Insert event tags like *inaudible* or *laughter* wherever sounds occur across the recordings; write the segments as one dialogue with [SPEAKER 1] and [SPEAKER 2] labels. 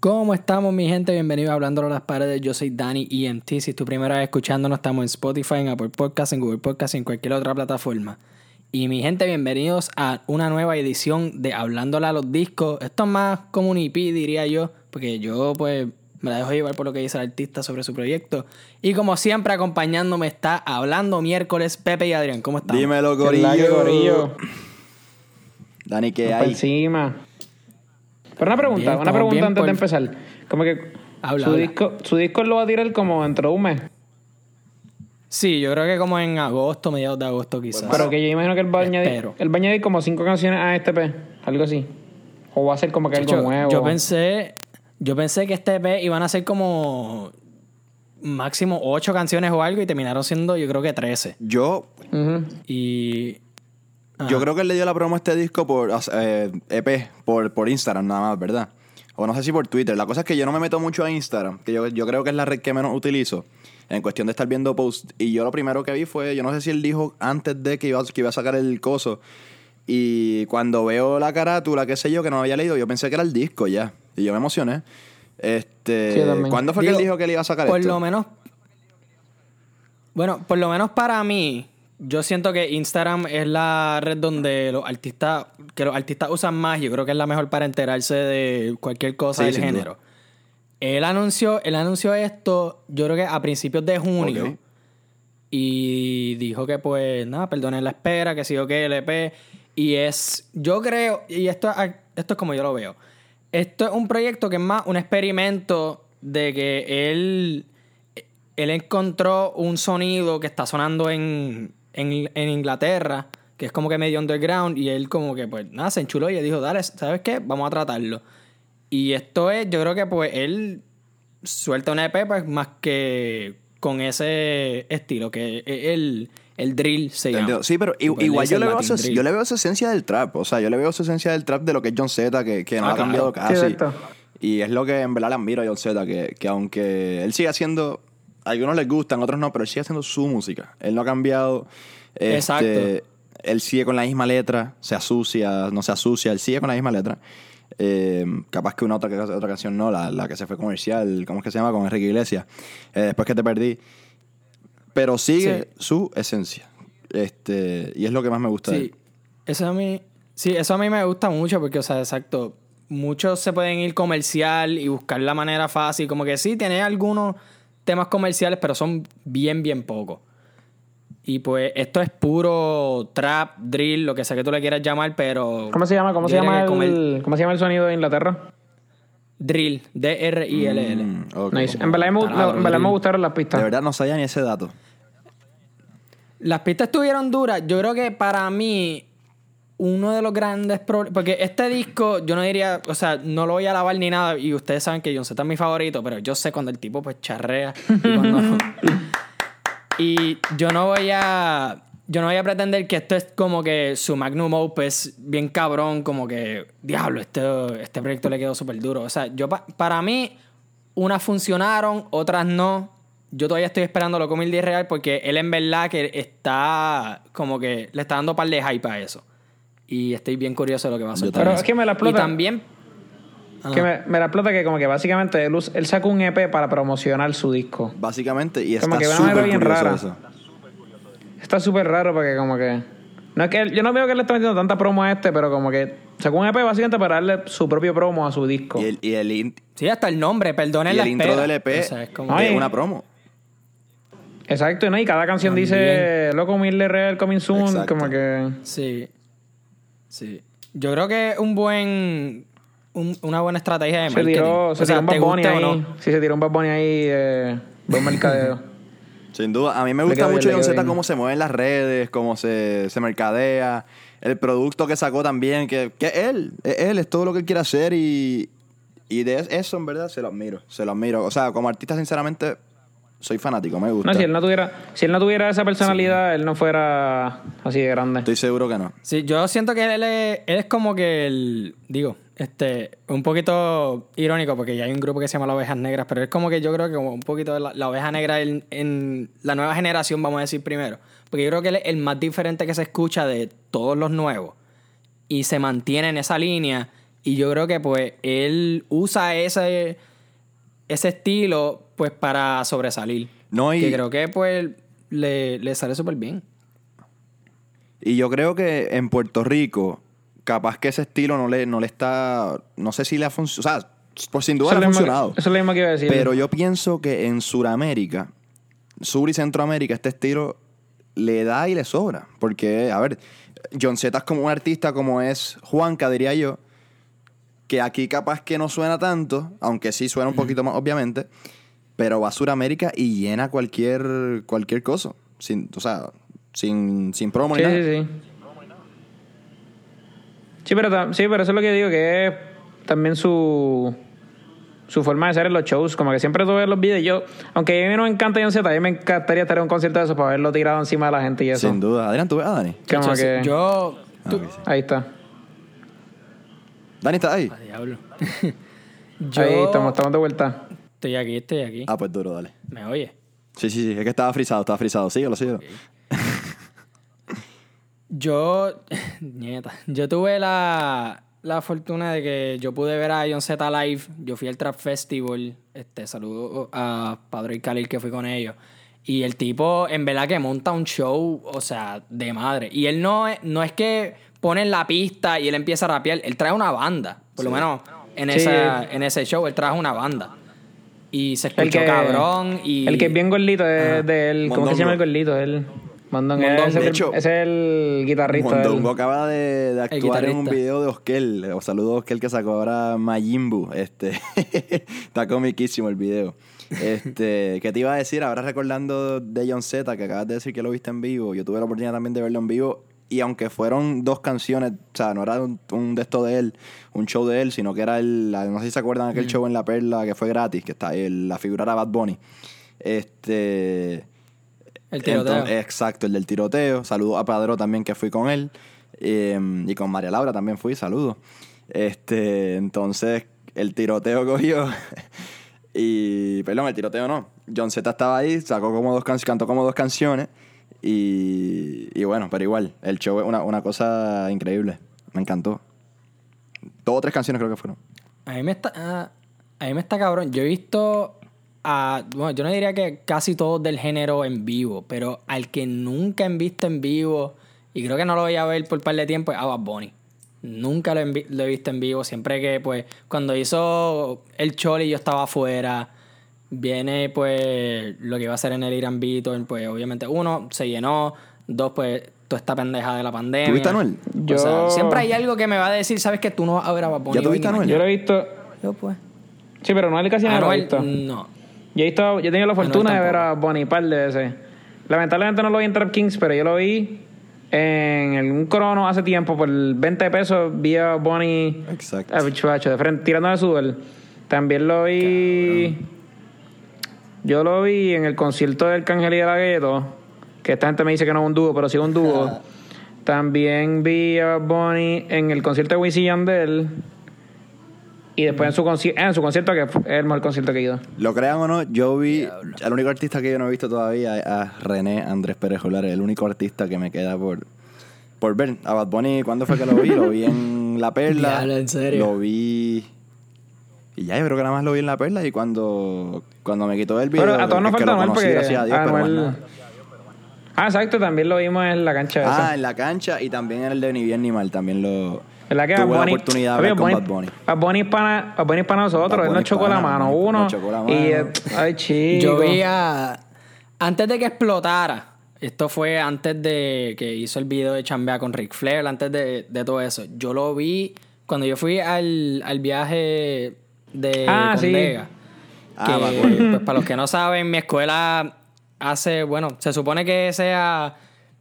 [SPEAKER 1] ¿Cómo estamos, mi gente? Bienvenidos a Hablando a las Paredes. Yo soy Dani EMT. Si es tu primera vez escuchándonos, estamos en Spotify, en Apple Podcasts, en Google Podcasts y en cualquier otra plataforma. Y mi gente, bienvenidos a una nueva edición de Hablándola a los discos. Esto es más como un EP, diría yo, porque yo pues me la dejo llevar por lo que dice el artista sobre su proyecto. Y como siempre, acompañándome está Hablando Miércoles, Pepe y Adrián. ¿Cómo están?
[SPEAKER 2] Dímelo,
[SPEAKER 3] ¿Qué es la que,
[SPEAKER 2] Corillo.
[SPEAKER 3] Corillo?
[SPEAKER 2] Dani, ¿qué
[SPEAKER 3] Pa'
[SPEAKER 2] hay?
[SPEAKER 3] encima. Pero una pregunta,
[SPEAKER 1] Bien,
[SPEAKER 3] una
[SPEAKER 1] estamos
[SPEAKER 3] pregunta
[SPEAKER 1] bien
[SPEAKER 3] antes
[SPEAKER 1] por-
[SPEAKER 3] de empezar. Como que
[SPEAKER 1] Habla,
[SPEAKER 3] su,
[SPEAKER 1] habla.
[SPEAKER 3] Disco, su disco lo va a tirar como dentro de un mes.
[SPEAKER 1] Sí, yo creo que como en agosto, mediados de agosto quizás.
[SPEAKER 3] Pero que yo imagino que él va a añadir,
[SPEAKER 1] Espero.
[SPEAKER 3] él va a añadir como cinco canciones a este P, algo así. O va a ser como que algo
[SPEAKER 1] Chicho,
[SPEAKER 3] nuevo.
[SPEAKER 1] Yo pensé, yo pensé que este EP iban a ser como máximo ocho canciones o algo y terminaron siendo yo creo que 13.
[SPEAKER 2] Yo,
[SPEAKER 3] Ujú.
[SPEAKER 1] Y
[SPEAKER 2] yo creo que él le dio la promo a este disco por eh, EP, por, por Instagram nada más, ¿verdad? O no sé si por Twitter. La cosa es que yo no me meto mucho a Instagram, que yo, yo creo que es la red que menos utilizo en cuestión de estar viendo posts. Y yo lo primero que vi fue, yo no sé si él dijo antes de que iba, a- que iba a sacar el coso. Y cuando veo la carátula, qué sé yo, que no había leído, yo pensé que era el disco ya. Y yo me emocioné. Este,
[SPEAKER 3] Sí, yo también.
[SPEAKER 2] ¿Cuándo fue
[SPEAKER 1] digo,
[SPEAKER 2] que él dijo que le iba a sacar
[SPEAKER 1] por
[SPEAKER 2] esto?
[SPEAKER 1] lo menos bueno, por lo menos para mí yo siento que Instagram es la red donde los artistas que los artistas usan más, yo creo que es la mejor para enterarse de cualquier cosa
[SPEAKER 2] Sí,
[SPEAKER 1] del
[SPEAKER 2] sin duda.
[SPEAKER 1] género. Él anunció, él anunció esto, yo creo que a principios de junio.
[SPEAKER 2] Ok.
[SPEAKER 1] Y dijo que pues nada, perdonen la espera, que sí o que LP. Y es, yo creo, y esto, ah, esto es como yo lo veo. Esto es un proyecto que es más un experimento de que él, él encontró un sonido que está sonando en, en, en Inglaterra, que es como que medio underground, y él como que pues nada, se enchuló y él dijo, dale, ¿sabes qué? Vamos a tratarlo. Y esto es, yo creo que pues él suelta una EP pues, más que con ese estilo, que e- el, el drill se
[SPEAKER 2] Te
[SPEAKER 1] llama.
[SPEAKER 2] entiendo. Sí, pero i-
[SPEAKER 1] Tipo, él
[SPEAKER 2] igual
[SPEAKER 1] dice
[SPEAKER 2] yo le,
[SPEAKER 1] el
[SPEAKER 2] veo
[SPEAKER 1] Latin
[SPEAKER 2] esa-
[SPEAKER 1] drill.
[SPEAKER 2] yo le veo esa esencia del trap. O sea, yo le veo esa esencia del trap de lo que es John Z, que, que no
[SPEAKER 1] Ah,
[SPEAKER 2] ha cambiado
[SPEAKER 3] claro. Sí,
[SPEAKER 2] casi.
[SPEAKER 3] exacto.
[SPEAKER 2] y es lo que en verdad le admiro a John Z, que, que aunque él sigue haciendo. A algunos les gustan, otros no, pero él sigue haciendo su música. Él no ha cambiado. este,
[SPEAKER 1] Exacto.
[SPEAKER 2] Él sigue con la misma letra, se asucia, no se asucia, él sigue con la misma letra. Eh, capaz que una otra, otra canción no, la, la que se fue comercial, ¿cómo es que se llama? Con Enrique Iglesias. Eh, después que te perdí pero sigue su esencia. Este, y es lo que más me gusta de
[SPEAKER 1] Sí,
[SPEAKER 2] él.
[SPEAKER 1] eso a mí, sí, eso a mí me gusta mucho porque, o sea, exacto, muchos se pueden ir comercial y buscar la manera fácil, como que sí, tiene algunos temas comerciales, pero son bien, bien pocos. Y pues esto es puro trap, drill, lo que sea que tú le quieras llamar, pero...
[SPEAKER 3] ¿Cómo se llama? ¿Cómo
[SPEAKER 1] yo
[SPEAKER 3] se
[SPEAKER 1] diría
[SPEAKER 3] llama,
[SPEAKER 1] que como el
[SPEAKER 3] el, ¿Cómo se llama el sonido de Inglaterra?
[SPEAKER 1] Drill, D-R-I-L-L.
[SPEAKER 2] Mm, ok.
[SPEAKER 3] Nice. En verdad, me, gu-
[SPEAKER 1] Tarado,
[SPEAKER 3] en verdad me
[SPEAKER 1] Rodrigo.
[SPEAKER 3] gustaron las
[SPEAKER 2] De
[SPEAKER 3] pistas.
[SPEAKER 2] verdad no sabía ni ese dato.
[SPEAKER 1] Las pistas estuvieron duras. Yo creo que para mí, uno de los grandes problemas. Porque este disco, yo no diría, o sea, no lo voy a lavar ni nada. Y ustedes saben que John Z es mi favorito, pero yo sé cuando el tipo pues charrea. Y, cuando- y yo no voy a. Yo no voy a pretender que esto es como que su magnum opus bien cabrón, como que, diablo, este, este proyecto le quedó súper duro. O sea, yo pa- para mí, unas funcionaron, otras no. Yo todavía estoy esperando lo Comil 10 Real porque él en verdad que está como que le está dando par de hype a eso. Y estoy bien curioso de lo que va a
[SPEAKER 2] Yo
[SPEAKER 1] soltar.
[SPEAKER 2] también.
[SPEAKER 3] Pero es que me la
[SPEAKER 1] y
[SPEAKER 3] explota.
[SPEAKER 1] también...
[SPEAKER 3] Que me, me la explota que como que básicamente él, us- él sacó un EP para promocionar su disco.
[SPEAKER 2] Básicamente, y
[SPEAKER 3] Como
[SPEAKER 2] está
[SPEAKER 3] que de una manera
[SPEAKER 2] súper
[SPEAKER 3] bien
[SPEAKER 2] curioso
[SPEAKER 3] rara.
[SPEAKER 2] eso.
[SPEAKER 3] Está súper raro porque como que... No es que él- yo no veo que él le está metiendo tanta promo a este, pero como que sacó un EP básicamente para darle su propio promo a su disco.
[SPEAKER 2] Y el, y el, in-
[SPEAKER 1] Sí, hasta el nombre, perdonen
[SPEAKER 2] y
[SPEAKER 1] la
[SPEAKER 2] el intro
[SPEAKER 1] espera.
[SPEAKER 2] del E EP
[SPEAKER 1] O sea, es como-
[SPEAKER 3] Ay.
[SPEAKER 2] es una promo.
[SPEAKER 3] Exacto, ¿no? Y cada canción
[SPEAKER 1] También. Eh,
[SPEAKER 3] dice Loco Mille Real Coming Soon,
[SPEAKER 2] Exacto.
[SPEAKER 3] como que...
[SPEAKER 1] Sí. Sí. Yo creo que un buen... un- una buena estrategia de
[SPEAKER 3] Se
[SPEAKER 1] marketing.
[SPEAKER 3] tiró,
[SPEAKER 1] O
[SPEAKER 3] se
[SPEAKER 1] sea,
[SPEAKER 3] tiró un Bad
[SPEAKER 1] te
[SPEAKER 3] Bunny
[SPEAKER 1] guste o
[SPEAKER 3] ahí.
[SPEAKER 1] no.
[SPEAKER 3] Sí, se tiró un Bad Bunny ahí, eh, buen mercadeo.
[SPEAKER 2] Sin duda. A mí me
[SPEAKER 3] Le
[SPEAKER 2] gusta
[SPEAKER 3] quedó bien,
[SPEAKER 2] mucho
[SPEAKER 3] le
[SPEAKER 2] John
[SPEAKER 3] quedó
[SPEAKER 2] Z
[SPEAKER 3] bien.
[SPEAKER 2] cómo se mueve en las redes, cómo se, se mercadea. El producto que sacó también, que, que es él, es él, es todo lo que él quiere hacer y, y de eso en verdad se lo admiro, se lo admiro. O sea, como artista sinceramente soy fanático, me gusta.
[SPEAKER 3] no, si él no tuviera, si él no tuviera esa personalidad, él no fuera así de grande.
[SPEAKER 2] Estoy seguro que no.
[SPEAKER 1] Sí, yo siento que él es, él es como que el. Digo, este. Un poquito irónico, porque ya hay un grupo que se llama Las Ovejas Negras, pero es como que yo creo que como un poquito de la, la oveja negra en, en la nueva generación, vamos a decir primero. Porque yo creo que él es el más diferente que se escucha de todos los nuevos. Y se mantiene en esa línea. Y yo creo que pues él usa ese, ese estilo pues para sobresalir.
[SPEAKER 2] No, y-
[SPEAKER 1] Que creo que pues le, le sale súper bien.
[SPEAKER 2] Y yo creo que en Puerto Rico, capaz que ese estilo no le, no le está. No sé si le ha funcionado. O sea, pues sin duda
[SPEAKER 3] Eso es
[SPEAKER 2] le
[SPEAKER 3] lo
[SPEAKER 2] ha
[SPEAKER 3] mismo que-
[SPEAKER 2] funcionado.
[SPEAKER 3] Eso es lo mismo que iba a decir.
[SPEAKER 2] Pero yo pienso que en Sudamérica, Sur y Centroamérica, este estilo le da y le sobra. Porque, a ver, John Z es como un artista como es Juanca, diría yo, que aquí capaz que no suena tanto, aunque sí suena un poquito más, obviamente, pero va a Sudamérica y llena cualquier, cualquier cosa. Sin, o sea, sin, sin promo ni
[SPEAKER 3] Sí,
[SPEAKER 2] nada.
[SPEAKER 3] sí, sí. Sí pero, tam- sí, pero eso es lo que digo, que es también su, su forma de hacer en los shows. Como que siempre tú ves los videos. Yo, aunque a mí no me encanta John Z, a mí me encantaría estar en un concierto de eso para verlo tirado encima de la gente y eso.
[SPEAKER 2] Sin duda. Adrián, ¿tú ves a Dani? Ah,
[SPEAKER 3] Como
[SPEAKER 1] Chacho,
[SPEAKER 3] que-
[SPEAKER 1] Yo... tú-
[SPEAKER 3] Ahí está.
[SPEAKER 2] ¿Dani está ahí?
[SPEAKER 1] Ah, *laughs* diablo. yo...
[SPEAKER 3] Ahí estamos, estamos de vuelta.
[SPEAKER 1] Estoy aquí, estoy aquí.
[SPEAKER 2] Ah, pues duro, dale.
[SPEAKER 1] ¿Me oye?
[SPEAKER 2] Sí, sí, sí. Es que estaba frisado, estaba frisado. Síguelo, síguelo.
[SPEAKER 1] Yo, *laughs* nieta, yo tuve la, la fortuna de que yo pude ver a John Z live. Yo fui al Trap Festival. Este, saludo a Padre y Khalil que fui con ellos. Y el tipo, en verdad, que monta un show, o sea, de madre. Y él no, es- no es que pone en la pista y él empieza a rapear. Él trae una banda. Por lo menos en,
[SPEAKER 3] Sí.
[SPEAKER 1] esa, en ese show, él trae una banda. Y se
[SPEAKER 3] El
[SPEAKER 1] escuchó
[SPEAKER 3] que,
[SPEAKER 1] cabrón. Y
[SPEAKER 3] el que es bien gordito es de él. ¿Cómo que se llama
[SPEAKER 2] Mondongo.
[SPEAKER 3] el gordito? Es él. Mondongo.
[SPEAKER 1] Mondongo.
[SPEAKER 3] Ese es,
[SPEAKER 2] De
[SPEAKER 3] el-
[SPEAKER 2] hecho,
[SPEAKER 3] ese es el guitarrista. de él.
[SPEAKER 2] Mondongo acaba de, de actuar en un
[SPEAKER 1] guitarrista.
[SPEAKER 2] video de Oskel. Os saludo a Oskel que sacó ahora Mayimbu. Este, *laughs* está comiquísimo el video. Este, ¿Qué te iba a decir? Ahora recordando de John Z, que acabas de decir que lo viste en vivo. Yo tuve la oportunidad también de verlo en vivo. Y aunque fueron dos canciones, o sea, no era un, un de esto de él, un show de él, sino que era el, la- no sé si se acuerdan aquel show en La Perla que fue gratis, que está el- la figura era Bad Bunny. Este.
[SPEAKER 1] El tiroteo.
[SPEAKER 2] Entonces, exacto, el del tiroteo. Saludos a Padro también que fui con él. Eh, y con María Laura también fui, saludos. Este, entonces, el tiroteo *laughs* cogió. y. Perdón, el tiroteo no. John Z estaba ahí, sacó como dos canciones, cantó como dos canciones. Y, y bueno, pero igual, el show es una, una cosa increíble. Me encantó. Dos o tres canciones creo que fueron.
[SPEAKER 1] A mí me está. ah, a mí me está cabrón. Yo he visto a. Bueno, yo no diría que casi todos del género en vivo, pero al que nunca han visto en vivo, y creo que no lo voy a ver por un par de tiempo, es a Bad Bunny. Nunca lo, he vi- lo he visto en vivo. Siempre que, pues, cuando hizo el Choli, yo estaba afuera. Viene, pues, lo que iba a hacer en el Irán Beatle, pues, obviamente, uno, se llenó. Dos, pues, toda esta pendeja de la pandemia.
[SPEAKER 2] ¿Tuviste a Anuel?
[SPEAKER 1] O sea,
[SPEAKER 3] Yo-
[SPEAKER 1] siempre hay algo que me va a decir, ¿sabes que tú no vas a ver a Bad Bunny?
[SPEAKER 2] ¿Ya
[SPEAKER 1] hoy ni
[SPEAKER 2] tuviste a Anuel?
[SPEAKER 3] Yo lo he visto.
[SPEAKER 1] yo pues.
[SPEAKER 3] Sí, pero no él casi no lo he
[SPEAKER 1] Anuel,
[SPEAKER 3] visto.
[SPEAKER 1] no.
[SPEAKER 3] Yo he, visto- yo he tenido la
[SPEAKER 1] Manuel
[SPEAKER 3] fortuna de ver
[SPEAKER 1] tampoco.
[SPEAKER 3] a Bonnie par de veces. Lamentablemente no lo vi en Trap Kings, pero yo lo vi en el- un crono hace tiempo por 20 pesos. Vi a Bonnie
[SPEAKER 2] Exacto.
[SPEAKER 3] a Chuacho de frente, tirándole su duel. También lo vi. Yo lo vi en el concierto del Cangel y de la Gueto, que esta gente me dice que no es un dúo, pero sí es un dúo. También vi a Bonnie en el concierto de Wisin y Yandel. Y después en su, conci- en su concierto, que fue el mejor concierto que he ido.
[SPEAKER 2] Lo crean o no, yo vi. El único artista que yo no he visto todavía es a René Andrés Pérez Jolare, el único artista que me queda por, por ver. A Bad Bunny, ¿cuándo fue que lo vi? Lo vi en La
[SPEAKER 1] *laughs*
[SPEAKER 2] Perla.
[SPEAKER 1] Diablo, ¿en serio?
[SPEAKER 2] Lo vi. Y ya, yo creo que nada más lo vi en La Perla y cuando, cuando me quitó el video.
[SPEAKER 3] Pero a todos nos
[SPEAKER 2] que
[SPEAKER 3] falta
[SPEAKER 2] lo
[SPEAKER 3] Anuel
[SPEAKER 2] conocí,
[SPEAKER 3] porque
[SPEAKER 2] gracias a Dios, pero más
[SPEAKER 3] Anuel-
[SPEAKER 2] nada.
[SPEAKER 3] Ah, exacto, también lo vimos en la cancha
[SPEAKER 2] Ah,
[SPEAKER 3] esa.
[SPEAKER 2] en la cancha y también en el de Ni Bien Ni Mal, también lo.
[SPEAKER 3] ¿Verdad que
[SPEAKER 2] tuve
[SPEAKER 3] Bad
[SPEAKER 2] la
[SPEAKER 3] Bunny-
[SPEAKER 2] oportunidad de
[SPEAKER 3] Oye,
[SPEAKER 2] ver con
[SPEAKER 3] Bunny-
[SPEAKER 2] Bad Bunny.
[SPEAKER 3] Bad Bunny es para, Bad Bunny es para nosotros,
[SPEAKER 2] Bad
[SPEAKER 3] él
[SPEAKER 2] Bunny
[SPEAKER 3] nos
[SPEAKER 2] es
[SPEAKER 3] chocó la
[SPEAKER 2] pana,
[SPEAKER 3] mano
[SPEAKER 2] nos- nos
[SPEAKER 3] uno.
[SPEAKER 2] chocó la
[SPEAKER 3] Y,
[SPEAKER 2] mano.
[SPEAKER 3] eh, ay, chico.
[SPEAKER 1] Yo vi a. Antes de que explotara, esto fue antes de que hizo el video de Chambea con Ric Flair, antes de, de todo eso. Yo lo vi cuando yo fui al, al viaje de
[SPEAKER 3] Ah, sí.
[SPEAKER 1] Condega.
[SPEAKER 2] Ah,
[SPEAKER 1] que,
[SPEAKER 2] me acuerdo.
[SPEAKER 1] pues, para los que no saben, mi escuela hace, bueno, se supone que sea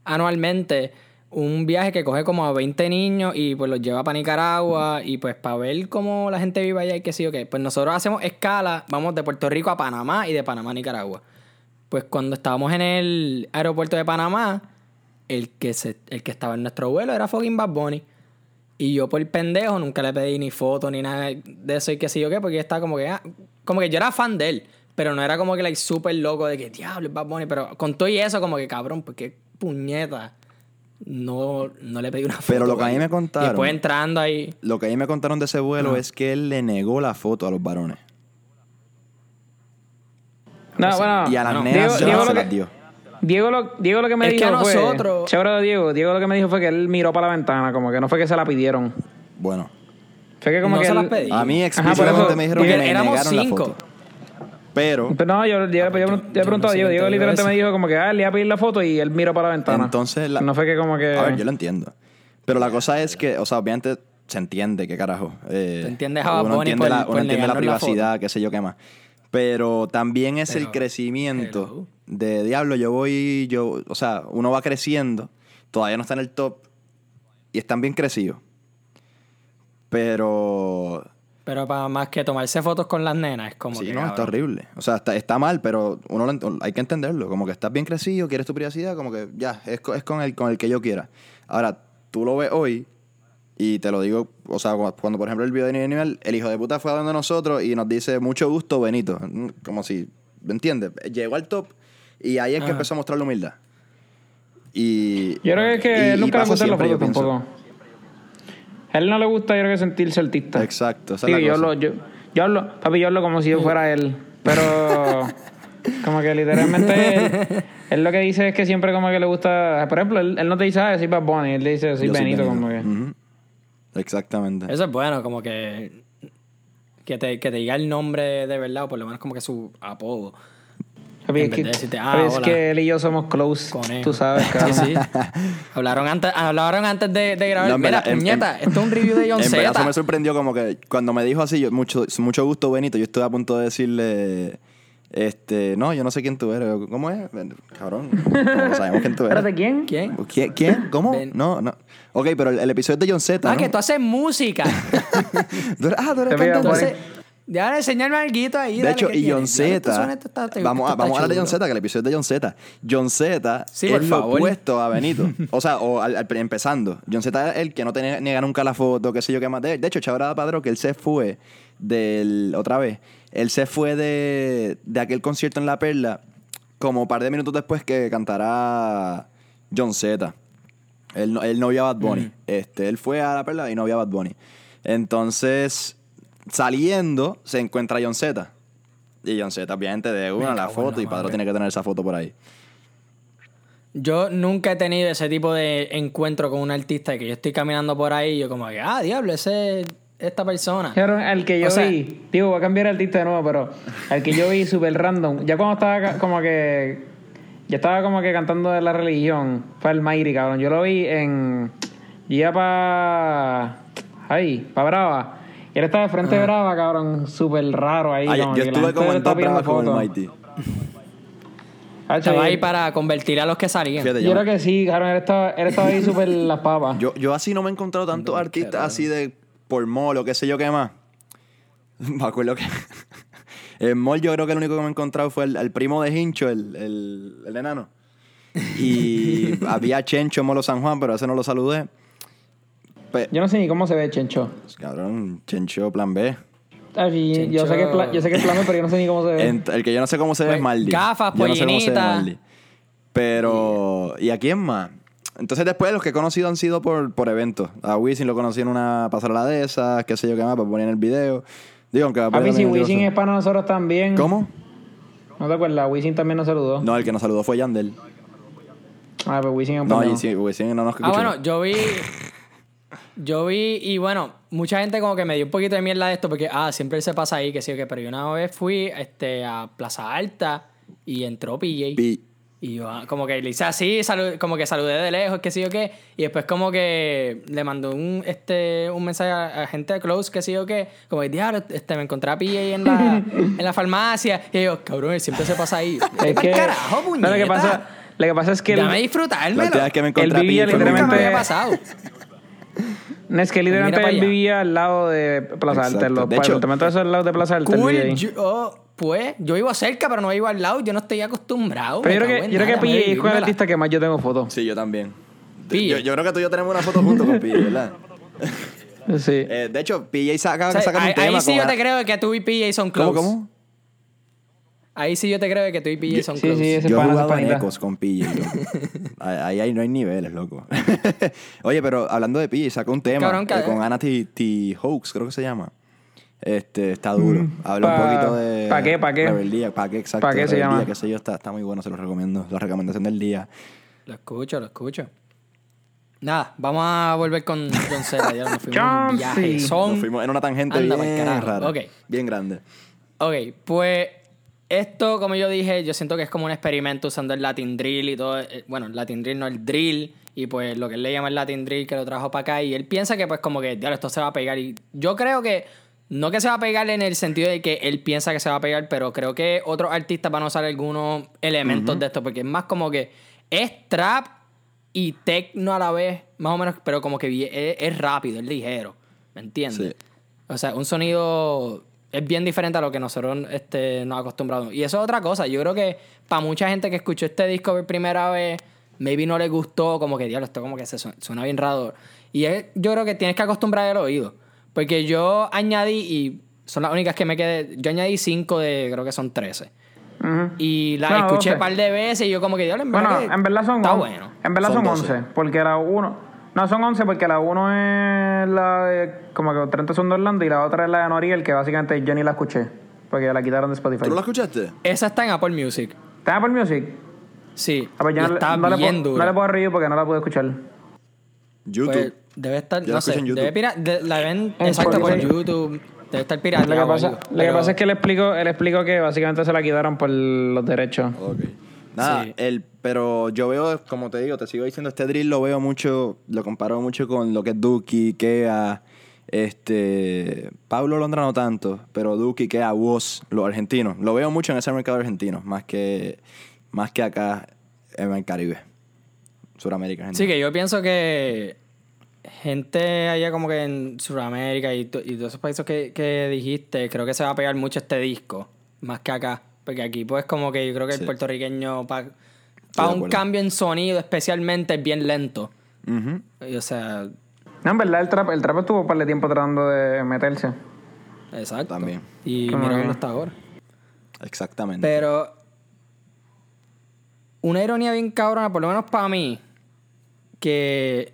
[SPEAKER 1] anualmente un viaje que coge como a 20 niños y pues los lleva para Nicaragua y pues para ver cómo la gente vive allá y qué sí o qué. Pues nosotros hacemos escala, vamos de Puerto Rico a Panamá y de Panamá a Nicaragua. Pues cuando estábamos en el aeropuerto de Panamá, el que, se, el que estaba en nuestro vuelo era fucking Bad Bunny. Y yo por pendejo nunca le pedí ni foto ni nada de eso y qué sé yo qué, porque yo estaba como que, ah, como que yo era fan de él, pero no era como que like súper loco de que diablo es Bad Bunny, pero con todo y eso como que cabrón, porque puñeta. no, no le pedí una foto.
[SPEAKER 2] Pero lo que a mí me
[SPEAKER 1] Y
[SPEAKER 2] contaron.
[SPEAKER 1] después entrando ahí.
[SPEAKER 2] Lo que a mí me contaron de ese vuelo
[SPEAKER 3] Ah.
[SPEAKER 2] es que él le negó la foto a los varones.
[SPEAKER 3] No, bueno.
[SPEAKER 2] y a las
[SPEAKER 3] Ah, no.
[SPEAKER 2] nenas
[SPEAKER 3] Diego, Diego
[SPEAKER 2] se
[SPEAKER 3] lo
[SPEAKER 2] las
[SPEAKER 3] que-
[SPEAKER 2] dio.
[SPEAKER 3] Diego lo, Diego lo que me
[SPEAKER 1] Es que
[SPEAKER 3] dijo
[SPEAKER 1] a
[SPEAKER 3] fue.
[SPEAKER 1] nosotros-
[SPEAKER 3] Chévere de Diego. Diego lo que me dijo fue que él miró para la ventana, como que no fue que se la pidieron.
[SPEAKER 2] Bueno.
[SPEAKER 3] Fue que como
[SPEAKER 1] No
[SPEAKER 3] que.
[SPEAKER 1] se
[SPEAKER 3] él-
[SPEAKER 1] las pedí.
[SPEAKER 2] A mí
[SPEAKER 3] Ajá, por
[SPEAKER 2] explícitamente
[SPEAKER 3] eso,
[SPEAKER 2] me dijeron
[SPEAKER 1] Porque
[SPEAKER 2] que le
[SPEAKER 1] éramos
[SPEAKER 2] negaron la
[SPEAKER 1] cinco.
[SPEAKER 2] foto. Pero
[SPEAKER 3] Pero no,
[SPEAKER 2] pues
[SPEAKER 3] yo, yo,
[SPEAKER 1] yo
[SPEAKER 3] yo, yo le he
[SPEAKER 1] no
[SPEAKER 3] preguntado a
[SPEAKER 1] sé
[SPEAKER 3] Diego.
[SPEAKER 1] qué
[SPEAKER 3] Diego
[SPEAKER 1] te digo
[SPEAKER 3] literalmente
[SPEAKER 1] eso.
[SPEAKER 3] me dijo como que, ah, le voy a pedir la foto y él miró para la ventana.
[SPEAKER 2] Entonces, la-
[SPEAKER 3] No fue que como que...
[SPEAKER 2] A ver, yo lo entiendo. Pero la cosa es que, o sea, obviamente se entiende qué carajo. eh,
[SPEAKER 1] Te entiendes a Bad
[SPEAKER 2] uno
[SPEAKER 1] Bunny
[SPEAKER 2] entiende
[SPEAKER 1] por-
[SPEAKER 2] la,
[SPEAKER 1] por
[SPEAKER 2] uno entiende la
[SPEAKER 1] negarnos la
[SPEAKER 2] privacidad, qué sé yo qué más. Pero también es el crecimiento de diablo. Yo voy, yo, o sea, uno va creciendo, todavía no está en el top y están bien crecidos. Pero
[SPEAKER 1] Pero para más que tomarse fotos con las nenas, es como
[SPEAKER 2] sí,
[SPEAKER 1] que,
[SPEAKER 2] no, está
[SPEAKER 1] cabrón.
[SPEAKER 2] horrible. O sea, está, está mal, pero uno lo ent- hay que entenderlo. Como que estás bien crecido, quieres tu privacidad, como que ya, es, co- es con, el, con el que yo quiera. Ahora, tú lo ves hoy y te lo digo, o sea, cu- cuando por ejemplo el video de Nivel Nivel, el hijo de puta fue a donde nosotros y nos dice, mucho gusto, Benito. Mm, Como si, ¿me entiendes? Llegó al top y ahí es que empezó a mostrar la humildad. Y,
[SPEAKER 3] Yo creo que es que
[SPEAKER 2] y-
[SPEAKER 3] él
[SPEAKER 2] y
[SPEAKER 3] nunca le
[SPEAKER 2] pasa
[SPEAKER 3] gustan los
[SPEAKER 2] siempre,
[SPEAKER 3] fotos
[SPEAKER 2] yo pienso.
[SPEAKER 3] tampoco. A él no le gusta, yo creo que sentirse artista.
[SPEAKER 2] Exacto, esa
[SPEAKER 3] Sí,
[SPEAKER 2] es la
[SPEAKER 3] yo
[SPEAKER 2] cosa.
[SPEAKER 3] hablo, yo, yo hablo, papi, yo hablo como si yo fuera él.
[SPEAKER 2] *laughs*
[SPEAKER 3] Pero como que literalmente él, él lo que dice es que siempre como que le gusta. Por ejemplo, él, él no te dice, ah, soy Bad Bunny, él le dice, soy
[SPEAKER 2] Yo soy Mm.
[SPEAKER 3] Benito, como que.
[SPEAKER 2] Ujú. Exactamente.
[SPEAKER 1] Eso es bueno, como que. Que te, que te diga el nombre de verdad, o por lo menos como que su apodo.
[SPEAKER 3] Papi,
[SPEAKER 1] En
[SPEAKER 3] es
[SPEAKER 1] vez
[SPEAKER 3] que,
[SPEAKER 1] de decirte, ah,
[SPEAKER 3] papi, es
[SPEAKER 1] hola.
[SPEAKER 3] que él y yo somos close.
[SPEAKER 1] Conejo. *laughs*
[SPEAKER 3] Tú sabes, cabrón.
[SPEAKER 1] Sí, sí. Hablaron antes, hablaron antes de, de grabar.
[SPEAKER 2] No, en
[SPEAKER 1] Mira,
[SPEAKER 2] verdad, en-
[SPEAKER 1] puñeta,
[SPEAKER 2] en-
[SPEAKER 1] esto es un review de John
[SPEAKER 2] *laughs* En verdad,
[SPEAKER 1] Zeta.
[SPEAKER 2] eso me sorprendió como que cuando me dijo así, yo, mucho, mucho gusto, Benito. Yo estuve a punto de decirle, este, no, yo no sé quién tú eres. Yo, ¿Cómo es? Ben- Cabrón, no sabemos
[SPEAKER 3] *laughs*
[SPEAKER 2] quién tú
[SPEAKER 3] ¿Espérate
[SPEAKER 2] eres.
[SPEAKER 3] quién?
[SPEAKER 1] ¿Quién?
[SPEAKER 2] ¿Quién? ¿Quién? ¿Cómo?
[SPEAKER 1] Ben-
[SPEAKER 2] No, no. Ok, pero el, el episodio es de John Z.
[SPEAKER 1] Ah,
[SPEAKER 2] ¿no?
[SPEAKER 1] que tú haces música.
[SPEAKER 2] *laughs* Tú eres- ah, tú eres
[SPEAKER 3] Te voy
[SPEAKER 2] cantante.
[SPEAKER 3] a poner-
[SPEAKER 1] Entonces, déjame enseñarme algo ahí.
[SPEAKER 2] De hecho, y John Z. Vamos, a- vamos a hablar de John Z, que el episodio es de John Z. John Z
[SPEAKER 1] Sí, por
[SPEAKER 2] es lo
[SPEAKER 1] favor.
[SPEAKER 2] opuesto a
[SPEAKER 1] *laughs*
[SPEAKER 2] Benito. O sea, o al, al- empezando. John Z es el que no te ne- niega nunca la foto, qué sé yo qué más. De, de hecho, Chabra Padro, que él se fue del. Otra vez. Él se fue de, de aquel concierto en La Perla, como un par de minutos después que cantará John Z. Él no, él no vio a Bad
[SPEAKER 1] Mm.
[SPEAKER 2] Bunny. Este, él fue a la perla y no vio a Bad Bunny. Entonces, saliendo, se encuentra John Z. Y John Z, obviamente, de una la
[SPEAKER 1] cago en
[SPEAKER 2] foto
[SPEAKER 1] la
[SPEAKER 2] y Padrón
[SPEAKER 1] madre.
[SPEAKER 2] tiene que tener esa foto por ahí.
[SPEAKER 1] Yo nunca he tenido ese tipo de encuentro con un artista que yo estoy caminando por ahí y yo como que, ah, diablo, ese es esta persona.
[SPEAKER 3] Cabrón, al que yo
[SPEAKER 1] O sea-
[SPEAKER 3] vi, digo, voy a cambiar el artista de nuevo, pero al que yo vi super random, ya cuando estaba ca- como que, ya estaba como que cantando de la religión, fue el Mayri, cabrón. Yo lo vi en, yo iba para, ay, para Brava. Y él estaba de frente de Brava, cabrón, súper raro ahí.
[SPEAKER 2] Ah, yo-
[SPEAKER 3] como
[SPEAKER 2] yo
[SPEAKER 3] que la
[SPEAKER 2] estuve
[SPEAKER 3] gente
[SPEAKER 2] como
[SPEAKER 3] le
[SPEAKER 2] en
[SPEAKER 3] estaba
[SPEAKER 2] dos bravas
[SPEAKER 3] pidiendo
[SPEAKER 2] con el
[SPEAKER 3] fotos.
[SPEAKER 2] Mighty.
[SPEAKER 3] Ah,
[SPEAKER 1] Estaba
[SPEAKER 3] sí.
[SPEAKER 1] ahí para convertir a los que salían.
[SPEAKER 2] Fíjate,
[SPEAKER 3] Yo
[SPEAKER 2] yo,
[SPEAKER 3] creo que sí, cabrón, él estaba, él estaba
[SPEAKER 2] *laughs*
[SPEAKER 3] ahí súper las papas.
[SPEAKER 2] yo, yo así no me he encontrado tantos artistas así de por mall o qué sé yo qué más. *laughs* Me acuerdo que. *laughs* En mall, yo creo que el único que me he encontrado fue el, el primo de Hincho, el, el, el enano.
[SPEAKER 3] *laughs*
[SPEAKER 2] Y había Chencho en Molo San Juan, pero ese no lo saludé. Pe-
[SPEAKER 3] Yo no sé ni cómo se ve Chencho.
[SPEAKER 2] Cabrón, Chencho plan B.
[SPEAKER 3] Ay, Yo
[SPEAKER 1] Chencho.
[SPEAKER 3] sé que pla- yo sé que es plano, pero yo no sé ni cómo se ve.
[SPEAKER 2] Ent- el que yo no sé cómo se ve
[SPEAKER 1] Pues,
[SPEAKER 2] es Maldi.
[SPEAKER 1] gafas,
[SPEAKER 2] yo no sé cómo se ve
[SPEAKER 1] pollinita.
[SPEAKER 2] Maldi. Pero, ¿y a quién más? Entonces después los que he conocido han sido por, por eventos. A Wisin lo conocí en una pasarela de esas, qué sé yo qué más, para poner en el video. Digo, aunque va a
[SPEAKER 3] Papi,
[SPEAKER 2] poner
[SPEAKER 3] si
[SPEAKER 2] en el video,
[SPEAKER 3] Wisin
[SPEAKER 2] sí.
[SPEAKER 3] es para nosotros también.
[SPEAKER 2] ¿Cómo?
[SPEAKER 3] ¿No te acuerdas? Wisin también nos saludó.
[SPEAKER 2] No, el que nos saludó fue Yandel.
[SPEAKER 3] Ah, pero Wisin es un
[SPEAKER 2] No,
[SPEAKER 3] pendejo.
[SPEAKER 2] y sí, Wisin no nos escuchó.
[SPEAKER 1] Ah, bueno, yo
[SPEAKER 2] *laughs*
[SPEAKER 1] vi. Yo vi, y bueno, mucha gente como que me dio un poquito de mierda de esto, porque, ah, siempre él se pasa ahí, que sí, o que, pero yo una vez fui este, a Plaza Alta y entró PJ.
[SPEAKER 2] Pi-
[SPEAKER 1] Y yo ah, como que le hice así, salu- como que saludé de lejos, qué sé yo qué. Y después como que le mandó un, este, un mensaje a, a gente de Close, qué sé yo qué. Como que, diablo, este, me encontré a PJ en la, en la farmacia. Y yo, cabrón, él siempre se pasa ahí.
[SPEAKER 3] Es que...
[SPEAKER 1] carajo,
[SPEAKER 3] No,
[SPEAKER 1] puñeta!
[SPEAKER 3] lo que pasa, lo que pasa es que... él-
[SPEAKER 1] Dame
[SPEAKER 2] La
[SPEAKER 1] disfrutármelo.
[SPEAKER 2] última vez que me encontré a
[SPEAKER 3] vivía
[SPEAKER 2] Pi fue en
[SPEAKER 1] Nunca me
[SPEAKER 3] literalmente-
[SPEAKER 1] había
[SPEAKER 2] Minecraft.
[SPEAKER 1] pasado.
[SPEAKER 3] no, es que literalmente
[SPEAKER 1] Mira para
[SPEAKER 3] él
[SPEAKER 1] allá.
[SPEAKER 3] vivía al lado de Plaza
[SPEAKER 2] Exacto.
[SPEAKER 3] Alta. Los
[SPEAKER 2] De hecho-
[SPEAKER 3] apartamentos esos al lado de Plaza Alta. él
[SPEAKER 1] Cool,
[SPEAKER 3] vivía ahí.
[SPEAKER 1] yo, oh, pues, yo vivo cerca, pero no vivo al lado, yo no estoy acostumbrado.
[SPEAKER 3] Pero yo
[SPEAKER 1] me
[SPEAKER 3] creo
[SPEAKER 1] cago
[SPEAKER 3] que,
[SPEAKER 1] en
[SPEAKER 3] yo creo que
[SPEAKER 1] nada, me
[SPEAKER 3] PJ es con el
[SPEAKER 1] vivírmela.
[SPEAKER 3] artista que más yo tengo fotos.
[SPEAKER 2] Sí, yo también.
[SPEAKER 1] Pi.
[SPEAKER 2] Yo, yo creo que tú y yo tenemos una foto juntos con
[SPEAKER 1] *laughs*
[SPEAKER 2] Pi, ¿verdad?
[SPEAKER 3] Sí.
[SPEAKER 2] Eh, de hecho, PJ saca,
[SPEAKER 1] O sea,
[SPEAKER 2] saca un
[SPEAKER 1] ahí,
[SPEAKER 2] tema
[SPEAKER 1] ahí sí
[SPEAKER 2] con-
[SPEAKER 1] yo te creo que tú y PJ son
[SPEAKER 2] ¿Cómo,
[SPEAKER 1] close.
[SPEAKER 2] cómo?
[SPEAKER 1] Ahí sí yo te creo que tú y PJ son
[SPEAKER 3] sí,
[SPEAKER 1] close.
[SPEAKER 3] sí, ese
[SPEAKER 2] Yo he
[SPEAKER 3] pana, ese
[SPEAKER 2] jugado en
[SPEAKER 3] panita.
[SPEAKER 2] Ecos con PJ. yo.
[SPEAKER 3] *laughs*
[SPEAKER 2] ahí, ahí no hay niveles, loco. *laughs* Oye, pero hablando de PJ, sacó un tema
[SPEAKER 1] Cabrón, que-
[SPEAKER 2] eh, con Ana T. T- Hawkes, creo que se llama. Este, está duro. Habla
[SPEAKER 3] Mm, pa-
[SPEAKER 2] un poquito de.
[SPEAKER 3] ¿pa' qué, pa' qué?
[SPEAKER 2] Rebeldía, ¿para qué? Exacto.
[SPEAKER 3] ¿Pa' qué se
[SPEAKER 2] rebeldía,
[SPEAKER 3] llama?
[SPEAKER 2] qué sé yo, está, está muy bueno, se los recomiendo. La recomendación del día.
[SPEAKER 1] Lo escucho, lo escucho. Nada, vamos a volver con John Cena. Ya nos fuimos en un viaje.
[SPEAKER 3] Chauncey.
[SPEAKER 1] Son...
[SPEAKER 2] Nos fuimos en una tangente
[SPEAKER 1] Anda pa'l
[SPEAKER 2] bien
[SPEAKER 1] carajo.
[SPEAKER 2] rara.
[SPEAKER 1] Ok.
[SPEAKER 2] Bien grande.
[SPEAKER 1] Ok, pues esto, como yo dije, yo siento que es como un experimento usando el Latin Drill y todo. eh, Bueno, el Latin Drill no el drill. Y pues lo que él le llama el Latin Drill que lo trajo para acá. Y él piensa que pues como que, diablo, esto se va a pegar. Y yo creo que, no que se va a pegar en el sentido de que él piensa que se va a pegar, pero creo que otros artistas van a usar algunos elementos de esto. Porque es más como que es trap y techno a la vez, más o menos, pero como que bien- es, es rápido, es ligero. ¿Me entiendes?
[SPEAKER 2] Sí.
[SPEAKER 1] O sea, un sonido es bien diferente a lo que nosotros este, nos acostumbramos. Y eso es otra cosa. Yo creo que para mucha gente que escuchó este disco por primera vez, maybe no le gustó, como que, diablo, esto como que se suena, suena bien raro. Y es- yo creo que tienes que acostumbrar el oído. Porque yo añadí, y son las únicas que me quedé, yo añadí cinco de, creo que son 13.
[SPEAKER 3] Ujú.
[SPEAKER 1] Y la
[SPEAKER 3] No,
[SPEAKER 1] escuché un
[SPEAKER 3] 12.
[SPEAKER 1] par de veces y yo como que, diablo, en verdad
[SPEAKER 3] Bueno,
[SPEAKER 1] que
[SPEAKER 3] en verdad son
[SPEAKER 1] Está
[SPEAKER 3] 11.
[SPEAKER 1] bueno.
[SPEAKER 3] En verdad
[SPEAKER 2] Son
[SPEAKER 3] son,
[SPEAKER 2] 12.
[SPEAKER 3] 11. Porque la 1. No, son 11 porque la 1 es la de. Como que 30 son de Orlando y la otra es la de Noriel, que básicamente yo ni la escuché. Porque la quitaron de Spotify.
[SPEAKER 2] ¿Tú no la escuchaste?
[SPEAKER 1] Esa está en Apple Music.
[SPEAKER 3] ¿Está en Apple Music?
[SPEAKER 1] Sí.
[SPEAKER 3] Ah, pues yo
[SPEAKER 1] y
[SPEAKER 3] no, le-
[SPEAKER 1] está
[SPEAKER 3] no le
[SPEAKER 1] bien
[SPEAKER 3] puedo,
[SPEAKER 1] dura.
[SPEAKER 3] no le puedo review porque no la pude escuchar.
[SPEAKER 2] YouTube.
[SPEAKER 1] Pues, debe estar,
[SPEAKER 2] Yo la
[SPEAKER 1] no
[SPEAKER 2] escucho
[SPEAKER 1] sé,
[SPEAKER 2] en YouTube.
[SPEAKER 1] debe pira- de- la ven exacto por
[SPEAKER 3] Spotify.
[SPEAKER 1] YouTube, debe estar pirata.
[SPEAKER 3] Lo que pasa, lo que pasa es que le explico, él explicó que básicamente se la quitaron por los derechos.
[SPEAKER 2] Ok. Nada,
[SPEAKER 1] Sí.
[SPEAKER 2] el, pero yo veo, como te digo, te sigo diciendo, este drill lo veo mucho, lo comparo mucho con lo que es Duki, Kea, este, Pablo Londra no tanto, pero Duki, Kea, Woz, los argentinos. Lo veo mucho en ese mercado argentino, más que, más que acá en el Caribe, Suramérica.
[SPEAKER 1] Sí,
[SPEAKER 2] Argentina.
[SPEAKER 1] que yo pienso que gente allá como que en Sudamérica y, to- y todos esos países que, que dijiste, creo que se va a pegar mucho este disco, más que acá. Porque aquí pues como que yo creo que
[SPEAKER 2] Sí.
[SPEAKER 1] el puertorriqueño para
[SPEAKER 2] de
[SPEAKER 1] un
[SPEAKER 2] acuerdo.
[SPEAKER 1] cambio en sonido especialmente es bien lento. Y, o sea,
[SPEAKER 3] No, en verdad el trap, el trap estuvo un par de tiempo tratando de meterse.
[SPEAKER 1] exacto.
[SPEAKER 2] También.
[SPEAKER 1] Y
[SPEAKER 3] Como
[SPEAKER 1] mira
[SPEAKER 3] que-
[SPEAKER 1] dónde está ahora.
[SPEAKER 2] Exactamente.
[SPEAKER 1] Pero una ironía bien cabrona, por lo menos para mí, que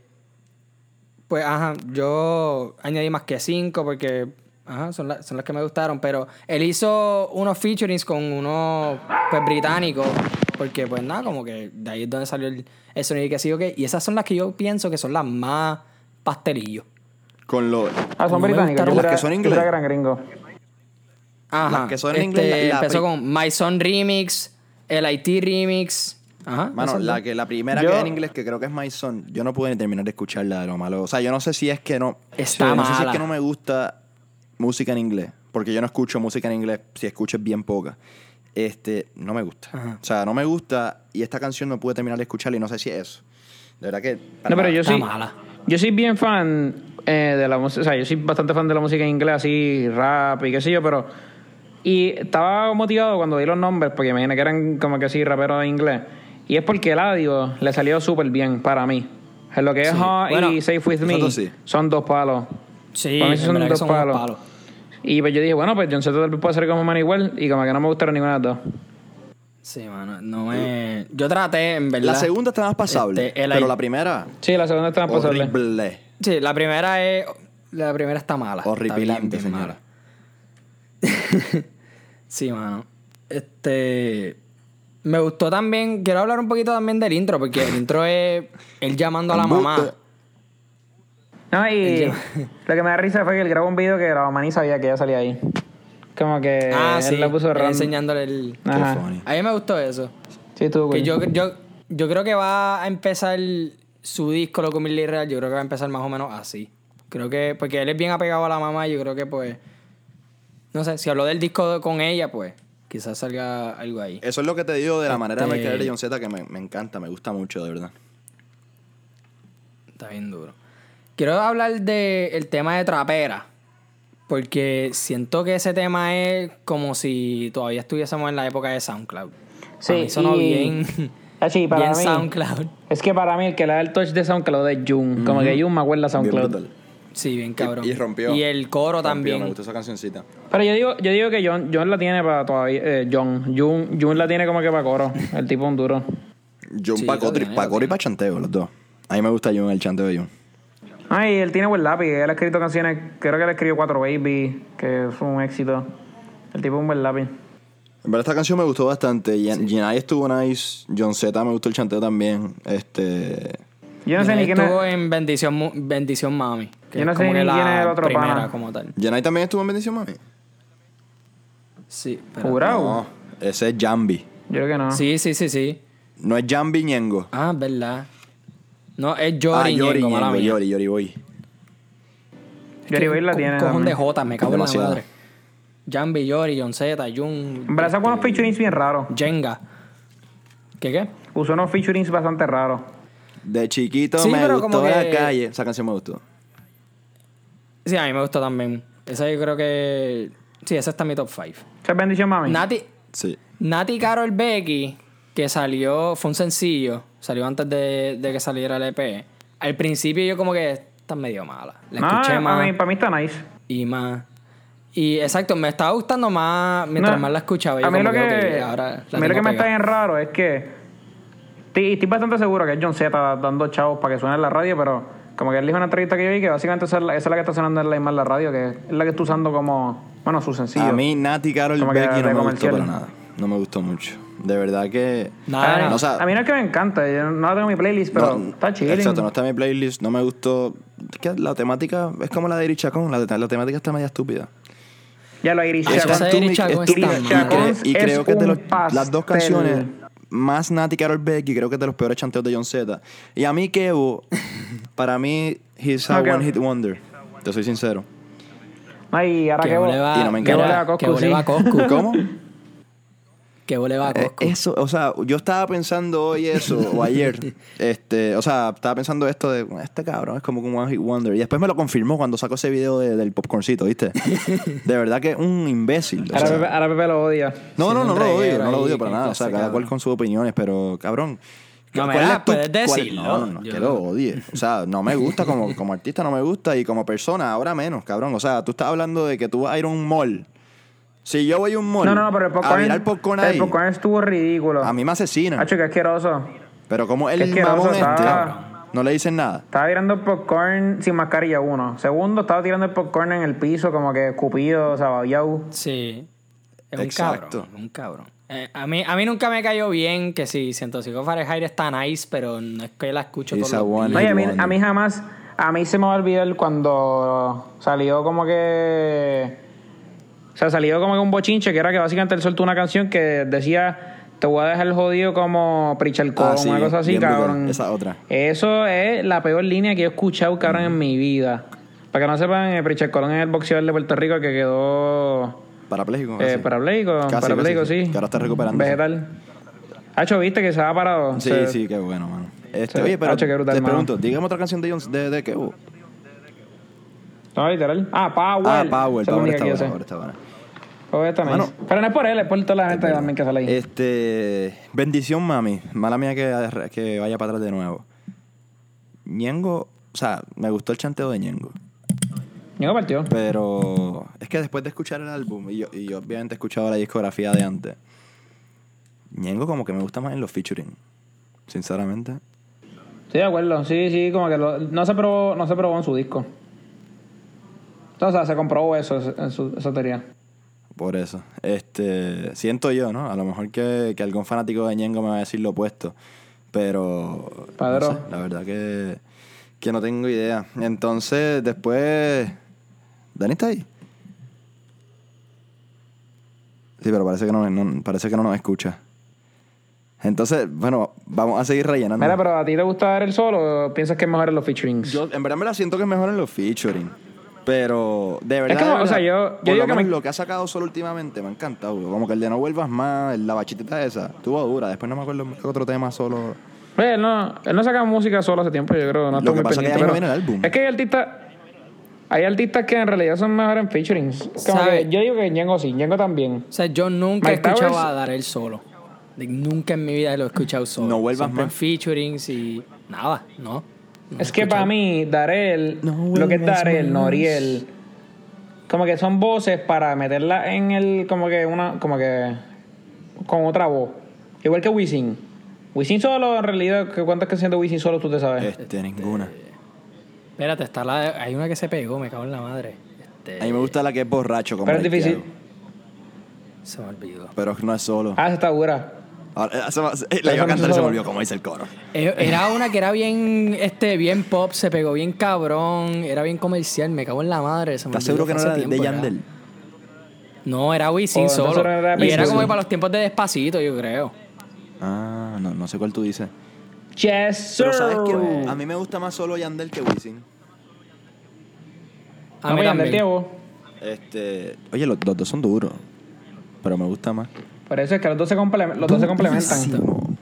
[SPEAKER 1] pues ajá, yo añadí más que cinco porque ajá, son, la- son las que me gustaron, pero él hizo unos featurings con unos pues británicos, porque pues nada, como que de ahí es donde salió el, el sonido y que sí o que, y esas son las que yo pienso que son las más pastelillo.
[SPEAKER 2] Con lo...
[SPEAKER 3] Ah, son
[SPEAKER 1] No me
[SPEAKER 3] británicos.
[SPEAKER 1] gustaron
[SPEAKER 3] yo
[SPEAKER 2] las que
[SPEAKER 3] era-
[SPEAKER 2] son
[SPEAKER 3] yo
[SPEAKER 2] inglés.
[SPEAKER 3] era gran gringo.
[SPEAKER 1] Ajá.
[SPEAKER 2] Las que son en inglés,
[SPEAKER 1] este,
[SPEAKER 2] la- la
[SPEAKER 1] empezó
[SPEAKER 2] pri-
[SPEAKER 1] con My Son Remix, el IT Remix. Ajá.
[SPEAKER 2] Mano,
[SPEAKER 1] esas
[SPEAKER 2] la, que, la primera
[SPEAKER 3] Yo-
[SPEAKER 2] que es en inglés, que creo que es My Son, yo no pude ni terminar de escucharla de lo malo. O sea, yo no sé si es que no.
[SPEAKER 1] Está
[SPEAKER 2] yo No sé si es
[SPEAKER 1] mala.
[SPEAKER 2] que no me gusta música en inglés. Porque yo no escucho música en inglés, si escucho es bien poca. Este, no me gusta.
[SPEAKER 1] Ajá.
[SPEAKER 2] O sea, no me gusta. Y esta canción no pude terminar de escucharla y no sé si es eso. De verdad que.
[SPEAKER 3] No, pero yo
[SPEAKER 1] Está
[SPEAKER 3] sí.
[SPEAKER 1] mala.
[SPEAKER 3] Yo soy bien fan eh, de la música. O sea, yo soy bastante fan de la música en inglés, así, rap y qué sé yo, pero. Y estaba motivado cuando di los nombres, porque imaginé que eran como que sí, raperos en inglés. Y es porque el audio le salió súper bien para mí. En lo que es
[SPEAKER 1] Sí.
[SPEAKER 3] Hot
[SPEAKER 1] Bueno,
[SPEAKER 3] y Safe With Me,
[SPEAKER 2] nosotros sí.
[SPEAKER 3] son dos palos.
[SPEAKER 1] Sí,
[SPEAKER 3] Para mí esos
[SPEAKER 1] en
[SPEAKER 3] son
[SPEAKER 1] verdad que
[SPEAKER 3] dos
[SPEAKER 1] son unos
[SPEAKER 3] palos.
[SPEAKER 1] palos.
[SPEAKER 3] Y pues yo dije, bueno, pues John Z tal vez puede hacer como Man igual, y como que no me gustaron ninguna de las dos.
[SPEAKER 1] Sí, mano, no me... Yo traté, en verdad.
[SPEAKER 2] La segunda está más pasable.
[SPEAKER 1] Este, el
[SPEAKER 2] pero
[SPEAKER 1] I-
[SPEAKER 2] la primera.
[SPEAKER 3] Sí, la segunda está más posible.
[SPEAKER 2] Horrible.
[SPEAKER 1] Sí, la primera es... La primera está mala. Está bien,
[SPEAKER 2] Horripilante,
[SPEAKER 1] bien
[SPEAKER 2] señora.
[SPEAKER 1] mala. *laughs* Sí, mano. Este... Me gustó también... Quiero hablar un poquito también del intro, porque el intro es él llamando a la mamá.
[SPEAKER 2] Embuste.
[SPEAKER 3] No, y *laughs* lo que me da risa fue que él grabó un video que la mamá ni sabía que ella salía ahí. Como que
[SPEAKER 1] Ah,
[SPEAKER 3] Eh, él
[SPEAKER 1] sí.
[SPEAKER 3] la puso
[SPEAKER 1] él
[SPEAKER 3] random.
[SPEAKER 1] enseñándole el...
[SPEAKER 2] Qué
[SPEAKER 3] Ajá.
[SPEAKER 2] funny.
[SPEAKER 1] A mí me gustó eso.
[SPEAKER 3] Sí, estuvo
[SPEAKER 1] Que
[SPEAKER 3] cool.
[SPEAKER 1] yo, yo, yo creo que va a empezar su disco, Loco Milly Real, yo creo que va a empezar más o menos así. Creo que, porque él es bien apegado a la mamá, yo creo que pues, no sé, si habló del disco con ella, pues, quizás salga algo ahí.
[SPEAKER 2] Eso es lo que te digo de la manera de
[SPEAKER 1] Este-
[SPEAKER 2] mercader de John Z que me, me encanta, me gusta mucho, de verdad.
[SPEAKER 1] Está bien duro. Quiero hablar del tema de trapera. Porque siento que ese tema es como si todavía estuviésemos en la época de SoundCloud.
[SPEAKER 3] Sí,
[SPEAKER 1] A mí sonó
[SPEAKER 3] y-
[SPEAKER 1] bien.
[SPEAKER 3] *laughs* Así, para
[SPEAKER 1] bien
[SPEAKER 3] mí.
[SPEAKER 1] SoundCloud.
[SPEAKER 3] Es que para mí el que le da el touch de SoundCloud es Jun. Como que Jun me acuerda a
[SPEAKER 2] Bien
[SPEAKER 3] SoundCloud.
[SPEAKER 2] brutal.
[SPEAKER 1] Sí, bien cabrón.
[SPEAKER 2] Y, y rompió.
[SPEAKER 1] Y el coro
[SPEAKER 2] Rompió,
[SPEAKER 1] también.
[SPEAKER 2] Me gustó esa cancioncita.
[SPEAKER 3] Pero yo digo, yo digo que John, John la tiene para todavía. eh, John, Jun, Jun la tiene como que para coro. El tipo un duro.
[SPEAKER 2] Jun
[SPEAKER 1] Sí,
[SPEAKER 2] pa'
[SPEAKER 1] lo
[SPEAKER 2] cotri-
[SPEAKER 1] tiene,
[SPEAKER 2] pa'
[SPEAKER 1] lo
[SPEAKER 2] coro y pa' chanteo, los dos. A mí me gusta Jun, el chanteo de Jun.
[SPEAKER 3] Ay, Ah, él tiene buen lápiz. Él ha escrito canciones. Creo que él escribió Cuatro Baby, que fue un éxito. El tipo es un buen lápiz.
[SPEAKER 2] En verdad esta canción me gustó bastante. Gen- Genai estuvo nice. John Z me gustó el chanteo también. Este.
[SPEAKER 3] Yo no sé ni quién es.
[SPEAKER 1] Estuvo en Bendición, Mu- Bendición Mami. que
[SPEAKER 3] Yo no
[SPEAKER 1] es
[SPEAKER 3] sé
[SPEAKER 1] como
[SPEAKER 3] ni
[SPEAKER 1] que la
[SPEAKER 3] quién es el otro
[SPEAKER 1] primera
[SPEAKER 3] pana.
[SPEAKER 1] como tal.
[SPEAKER 2] Genai también estuvo en Bendición Mami.
[SPEAKER 1] Sí, espérate.
[SPEAKER 3] ¿Jurado?
[SPEAKER 2] No, ese es Jambi.
[SPEAKER 3] Yo creo que no.
[SPEAKER 1] Sí, sí, sí, sí.
[SPEAKER 2] No es Jambi Ñengo.
[SPEAKER 1] Ah, verdad. No, es Yori, Ñengo, mala mía.
[SPEAKER 2] Ñengo, Ah, Yori, Yori voy.
[SPEAKER 3] Yori Boy la
[SPEAKER 1] Co-
[SPEAKER 3] tiene.
[SPEAKER 1] Cojón de
[SPEAKER 3] también.
[SPEAKER 1] J, me cago
[SPEAKER 2] Demasiado.
[SPEAKER 1] en la madre. Jambi, Yori, John Z, Jun.
[SPEAKER 3] En verdad, sacó unos featurings bien raros.
[SPEAKER 1] Jenga. ¿Qué qué?
[SPEAKER 3] Usó unos featurings bastante raros.
[SPEAKER 2] De chiquito
[SPEAKER 1] Sí,
[SPEAKER 2] me
[SPEAKER 1] pero
[SPEAKER 2] gustó
[SPEAKER 1] como
[SPEAKER 2] la
[SPEAKER 1] que-
[SPEAKER 2] calle. Esa canción me gustó.
[SPEAKER 1] Sí, a mí me gusta también. Esa yo creo que. Sí, esa está en mi top 5.
[SPEAKER 3] ¿Qué bendición, mami?
[SPEAKER 1] Nati,
[SPEAKER 2] Sí.
[SPEAKER 1] Nati Carol Becky, que salió, fue un sencillo, salió antes de, de que saliera el EP. Al principio yo como que está medio mala. La
[SPEAKER 3] No,
[SPEAKER 1] escuché
[SPEAKER 3] para
[SPEAKER 1] más
[SPEAKER 3] Ah, mí, para mí está nice.
[SPEAKER 1] y más. Y exacto, me estaba gustando más mientras
[SPEAKER 3] No,
[SPEAKER 1] más la escuchaba. yo
[SPEAKER 3] A mí
[SPEAKER 1] como
[SPEAKER 3] lo que,
[SPEAKER 1] ok, ahora la
[SPEAKER 3] a mí lo
[SPEAKER 1] tengo
[SPEAKER 3] que me
[SPEAKER 1] pegada.
[SPEAKER 3] está bien raro es que. Estoy, estoy bastante seguro que es John Z dando chavos para que suene en la radio, pero como que él dijo en una entrevista que yo vi que básicamente esa es la, esa es la que está sonando en la, en la radio, que es la que está usando como. Bueno, su sencillo.
[SPEAKER 2] A mí Nati Carol
[SPEAKER 3] Como que
[SPEAKER 2] Becky
[SPEAKER 3] de
[SPEAKER 2] no me gustó
[SPEAKER 3] comercial.
[SPEAKER 2] para nada. No me gustó mucho. De verdad que.
[SPEAKER 1] Nada,
[SPEAKER 3] Ah,
[SPEAKER 1] nada.
[SPEAKER 2] no, o sea-
[SPEAKER 3] a mí no es que me encanta, yo no la tengo en mi playlist, pero
[SPEAKER 2] No,
[SPEAKER 3] está chilling.
[SPEAKER 2] Exacto, no está en mi playlist. No me gustó. Es que la temática es como la de Iri Chacón. La, la temática está media estúpida.
[SPEAKER 3] Ya lo Iris
[SPEAKER 1] Ah,
[SPEAKER 2] Es
[SPEAKER 1] esa
[SPEAKER 3] Chacón.
[SPEAKER 1] de Iri Chacón
[SPEAKER 2] estúpida.
[SPEAKER 1] está
[SPEAKER 2] Y
[SPEAKER 1] mal.
[SPEAKER 2] cre- Y
[SPEAKER 3] Es
[SPEAKER 2] creo que es de
[SPEAKER 3] un
[SPEAKER 2] los- las dos
[SPEAKER 3] pastel.
[SPEAKER 2] canciones más Nati Carol Becky, creo que es de los peores chanteos de John Z. Y a mí, Kevo, para mí, he's a
[SPEAKER 3] Ok.
[SPEAKER 2] one hit wonder. Te soy sincero.
[SPEAKER 3] Ay, ahora
[SPEAKER 1] Que
[SPEAKER 3] que
[SPEAKER 1] vole
[SPEAKER 3] voy.
[SPEAKER 1] va,
[SPEAKER 2] Y no me
[SPEAKER 1] que
[SPEAKER 2] encanta.
[SPEAKER 1] vole va Coscu,
[SPEAKER 3] Que
[SPEAKER 1] sí.
[SPEAKER 3] vole va
[SPEAKER 1] Coscu.
[SPEAKER 2] ¿Cómo?
[SPEAKER 1] *laughs* Que vole va
[SPEAKER 2] Eh,
[SPEAKER 1] Coscu.
[SPEAKER 2] Eso, o sea, yo estaba pensando hoy eso,
[SPEAKER 1] *laughs*
[SPEAKER 2] o ayer, este, o sea, estaba pensando esto de, este cabrón es como un One Hit Wonder, y después me lo confirmó cuando sacó ese video de- del
[SPEAKER 1] *laughs*
[SPEAKER 2] popcorncito, ¿viste? De verdad que es un imbécil. o
[SPEAKER 3] Ahora,
[SPEAKER 2] sea.
[SPEAKER 3] Pepe, ahora Pepe lo odia.
[SPEAKER 2] no,
[SPEAKER 1] Sí,
[SPEAKER 2] no,
[SPEAKER 1] es
[SPEAKER 2] no
[SPEAKER 1] un
[SPEAKER 2] lo odio,
[SPEAKER 1] reguero
[SPEAKER 2] no lo
[SPEAKER 1] ahí,
[SPEAKER 2] odio para
[SPEAKER 1] qué
[SPEAKER 2] nada, o sea,
[SPEAKER 1] clase,
[SPEAKER 2] cada cual
[SPEAKER 1] cabrón.
[SPEAKER 2] con sus opiniones, pero cabrón.
[SPEAKER 1] No,
[SPEAKER 2] ¿cuál
[SPEAKER 1] mira,
[SPEAKER 2] es tu-
[SPEAKER 1] puedes
[SPEAKER 2] cuál-
[SPEAKER 1] decirlo.
[SPEAKER 2] No, no, no, es que
[SPEAKER 1] Yo-
[SPEAKER 2] lo odie. O sea, no me gusta como, como artista, no me gusta, y como persona, ahora menos, cabrón. O sea, tú estás hablando de que tú vas a ir a un mall. Si yo voy a un mall,
[SPEAKER 3] No, no, no, pero el
[SPEAKER 2] a mirar
[SPEAKER 3] popcorn,
[SPEAKER 2] popcorn
[SPEAKER 3] el
[SPEAKER 2] ahí,
[SPEAKER 3] popcorn estuvo ridículo.
[SPEAKER 2] a mí me asesina.
[SPEAKER 3] Hacho, qué asqueroso.
[SPEAKER 2] Pero como
[SPEAKER 3] Es
[SPEAKER 2] el
[SPEAKER 3] que
[SPEAKER 2] mamón
[SPEAKER 3] Rosa
[SPEAKER 2] este,
[SPEAKER 3] está-
[SPEAKER 2] cabrón, no le dicen nada.
[SPEAKER 3] Estaba tirando popcorn sin mascarilla, uno. Segundo, estaba tirando el popcorn en el piso, como que escupido, o sea, babiao.
[SPEAKER 1] Sí. Es un
[SPEAKER 2] Exacto.
[SPEAKER 1] cabrón. Un cabrón. Eh, a, mí, a mí nunca me cayó bien que si 105 Fahrenheit está nice, pero no es que la escucho
[SPEAKER 2] Esa
[SPEAKER 1] todos los
[SPEAKER 2] one
[SPEAKER 1] días.
[SPEAKER 3] No, y a mí,
[SPEAKER 2] Hit
[SPEAKER 3] a mí
[SPEAKER 2] Wonder.
[SPEAKER 3] jamás, a mí se me va a olvidar cuando salió como que. O sea, salió como que un bochinche que era que básicamente él soltó una canción que decía: Te voy a dejar jodido como Preacher Con,
[SPEAKER 2] Ah, sí,
[SPEAKER 3] una cosa así,
[SPEAKER 2] bien brutal.
[SPEAKER 3] cabrón.
[SPEAKER 2] Esa otra.
[SPEAKER 3] Eso es la peor línea que yo he escuchado, cabrón, en mi vida. Para que no sepan, eh, Preacher Colón es el boxeador de Puerto Rico que quedó
[SPEAKER 2] Parapléjico.
[SPEAKER 3] eh,
[SPEAKER 2] casi.
[SPEAKER 3] parapléjico.
[SPEAKER 2] Ah, Casi, casi,
[SPEAKER 3] parapléjico,
[SPEAKER 2] sí.
[SPEAKER 3] sí.
[SPEAKER 2] Que ahora está recuperando.
[SPEAKER 3] Vegetal. Hacho, viste que se ha parado.
[SPEAKER 2] Sí,
[SPEAKER 3] Se-
[SPEAKER 2] sí, qué bueno, mano. Este,
[SPEAKER 3] Sí.
[SPEAKER 2] Oye, pero
[SPEAKER 3] Hacho, qué brutal,
[SPEAKER 2] te
[SPEAKER 3] mano.
[SPEAKER 2] pregunto, dígame otra canción de John, de, de qué hubo.
[SPEAKER 3] No, literal. Ah, Power.
[SPEAKER 2] Ah, Power,
[SPEAKER 3] Esa es la
[SPEAKER 2] Power
[SPEAKER 3] única
[SPEAKER 2] está
[SPEAKER 3] que
[SPEAKER 2] buena,
[SPEAKER 3] yo sé.
[SPEAKER 2] Power está buena.
[SPEAKER 3] Power está nice.
[SPEAKER 2] Mano.
[SPEAKER 3] Pero no es por él, es por toda la gente
[SPEAKER 2] Eh,
[SPEAKER 3] también que sale ahí.
[SPEAKER 2] Este, bendición, mami. Mala mía que, que vaya para atrás de nuevo. Ñengo, o sea, me gustó el chanteo de Ñengo.
[SPEAKER 3] Ñengo partió.
[SPEAKER 2] Pero es que después de escuchar el álbum, y yo, y yo obviamente he escuchado la discografía de antes, Ñengo como que me gusta más en los featuring, sinceramente.
[SPEAKER 3] Sí, de acuerdo. Sí, sí, como que lo- no, se probó, no se probó en su disco. Entonces, o sea, se comprobó eso en su, esa teoría.
[SPEAKER 2] Por eso. Este, siento yo, ¿no? A lo mejor que, que algún fanático de Ñengo me va a decir lo opuesto. Pero. no
[SPEAKER 3] Padrón.
[SPEAKER 2] sé, la verdad que, que no tengo idea. Entonces, después. ¿Dani está ahí? Sí, pero parece que no, no- parece que no nos escucha. Entonces, bueno, vamos a seguir rellenando.
[SPEAKER 3] Mira, pero ¿a ti te gusta dar el solo o piensas que es mejor en los featurings?
[SPEAKER 2] Yo, en verdad me la siento que es mejor en los featuring. Pero, de verdad.
[SPEAKER 3] que,
[SPEAKER 2] de
[SPEAKER 3] o
[SPEAKER 2] verdad,
[SPEAKER 3] sea, yo- yo
[SPEAKER 2] por lo
[SPEAKER 3] digo que
[SPEAKER 2] menos
[SPEAKER 3] me-
[SPEAKER 2] lo que ha sacado solo últimamente me ha encantado. bro. Como que el de No Vuelvas Más, la bachitita esa, estuvo dura. Después no me acuerdo qué otro tema solo.
[SPEAKER 3] Oye, él no, él no saca música solo hace tiempo, yo creo. No
[SPEAKER 2] Lo
[SPEAKER 3] estoy
[SPEAKER 2] que
[SPEAKER 3] muy
[SPEAKER 2] pasa es que
[SPEAKER 3] pendiente,
[SPEAKER 2] ahí no
[SPEAKER 3] pero
[SPEAKER 2] viene el álbum.
[SPEAKER 3] Es que hay artistas. Hay artistas que en realidad son mejores en featurings. Como
[SPEAKER 1] ¿Sabe?
[SPEAKER 3] que yo digo que Ñengo sí, Ñengo también.
[SPEAKER 1] O sea, yo nunca he
[SPEAKER 3] Mike
[SPEAKER 1] escuchado
[SPEAKER 3] Towers-
[SPEAKER 1] a Darel solo. De- nunca en mi vida lo he escuchado solo.
[SPEAKER 2] No vuelvas
[SPEAKER 1] Siempre en
[SPEAKER 2] más.
[SPEAKER 1] featurings y nada, ¿no?
[SPEAKER 3] es que para mí, Darel,
[SPEAKER 1] No
[SPEAKER 3] lo que es
[SPEAKER 1] vuelvas
[SPEAKER 3] Darel,
[SPEAKER 1] más.
[SPEAKER 3] Noriel, como que son voces para meterla en el, como que una, como que con otra voz. Igual que Wisin. Wisin solo, en realidad, ¿cuántas canciones de Wisin solo tú te sabes?
[SPEAKER 2] Este, ninguna.
[SPEAKER 1] Espérate, está la, hay una que se pegó, me cago en la madre. Este,
[SPEAKER 2] A mí me gusta la que es borracho, como
[SPEAKER 3] Pero es
[SPEAKER 2] la
[SPEAKER 3] difícil.
[SPEAKER 2] Izquierdo,
[SPEAKER 1] se me olvidó.
[SPEAKER 2] Pero no es solo.
[SPEAKER 3] Ah, esa está dura.
[SPEAKER 2] Ahora, eh, se va- eh,
[SPEAKER 3] Pero
[SPEAKER 2] la iba
[SPEAKER 3] eso
[SPEAKER 2] a
[SPEAKER 3] no
[SPEAKER 2] cantar
[SPEAKER 3] es
[SPEAKER 2] y se
[SPEAKER 3] solo.
[SPEAKER 2] volvió, como dice el coro.
[SPEAKER 1] Eh, Era una que era bien, este, bien pop, se pegó bien cabrón, era bien comercial, me cago en la madre. se me
[SPEAKER 2] ¿Estás
[SPEAKER 1] olvidó,
[SPEAKER 2] seguro que no
[SPEAKER 1] fue
[SPEAKER 2] era
[SPEAKER 1] hace
[SPEAKER 2] de
[SPEAKER 1] tiempo ya.
[SPEAKER 2] Yandel?
[SPEAKER 1] No, era Wisin
[SPEAKER 3] Oh, entonces
[SPEAKER 1] solo.
[SPEAKER 3] no era de
[SPEAKER 1] y era
[SPEAKER 3] Wisin.
[SPEAKER 1] como que para los tiempos de Despacito, yo creo.
[SPEAKER 2] Ah, no, no sé cuál tú dices.
[SPEAKER 3] Yes, sir.
[SPEAKER 2] Pero sabes que a mí me gusta más solo Yandel que Wisin.
[SPEAKER 1] A mí
[SPEAKER 3] no,
[SPEAKER 1] también.
[SPEAKER 3] Ah, Tiempo.
[SPEAKER 2] Este, oye, los, los dos son duros. Pero me gusta más.
[SPEAKER 3] Por eso es que los dos se, complemen- los dos se complementan.
[SPEAKER 2] Durísimo.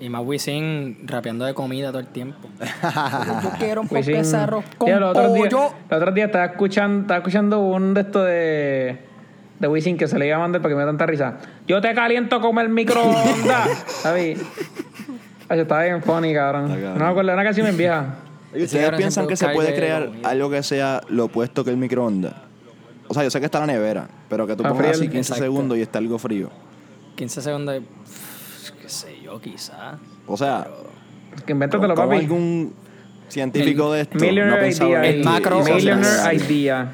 [SPEAKER 1] Y más Wisin rapeando de comida todo el
[SPEAKER 2] *laughs*
[SPEAKER 1] tiempo. yo quiero un poco
[SPEAKER 3] Wisin-
[SPEAKER 1] de ese arroz con
[SPEAKER 3] Tío, los otros días-
[SPEAKER 1] pollo.
[SPEAKER 3] los otros días estaba escuchando, estaba escuchando un de estos de, de Wisin que se le iba a mandar para que me da tanta risa. Yo te caliento como el microondas.
[SPEAKER 2] *laughs*
[SPEAKER 3] ¿Sabes? Ay, Estaba bien funny, cabrón.
[SPEAKER 2] Está cabrón.
[SPEAKER 3] No me acuerdo, una canción bien vieja.
[SPEAKER 2] Oye,
[SPEAKER 1] Sí, ahora
[SPEAKER 2] ¿Ustedes piensan
[SPEAKER 1] siempre
[SPEAKER 2] que se
[SPEAKER 1] buscar
[SPEAKER 2] puede
[SPEAKER 1] que
[SPEAKER 2] crear
[SPEAKER 1] comida.
[SPEAKER 2] algo que sea lo opuesto que el microondas? O sea, yo sé que está la nevera, pero que tú
[SPEAKER 3] Ah,
[SPEAKER 2] pongas
[SPEAKER 3] frío.
[SPEAKER 2] así 15
[SPEAKER 1] Exacto.
[SPEAKER 2] segundos y está algo frío.
[SPEAKER 1] 15 segundos. pff, Qué sé yo, quizá.
[SPEAKER 2] O sea,
[SPEAKER 3] Que invéntatelo,
[SPEAKER 2] ¿cómo
[SPEAKER 3] papi.
[SPEAKER 2] algún científico de esto no ha
[SPEAKER 3] Millionaire
[SPEAKER 2] pensado
[SPEAKER 3] idea.
[SPEAKER 2] en
[SPEAKER 1] El macro-
[SPEAKER 2] cosas
[SPEAKER 3] Millionaire
[SPEAKER 2] así?
[SPEAKER 3] idea.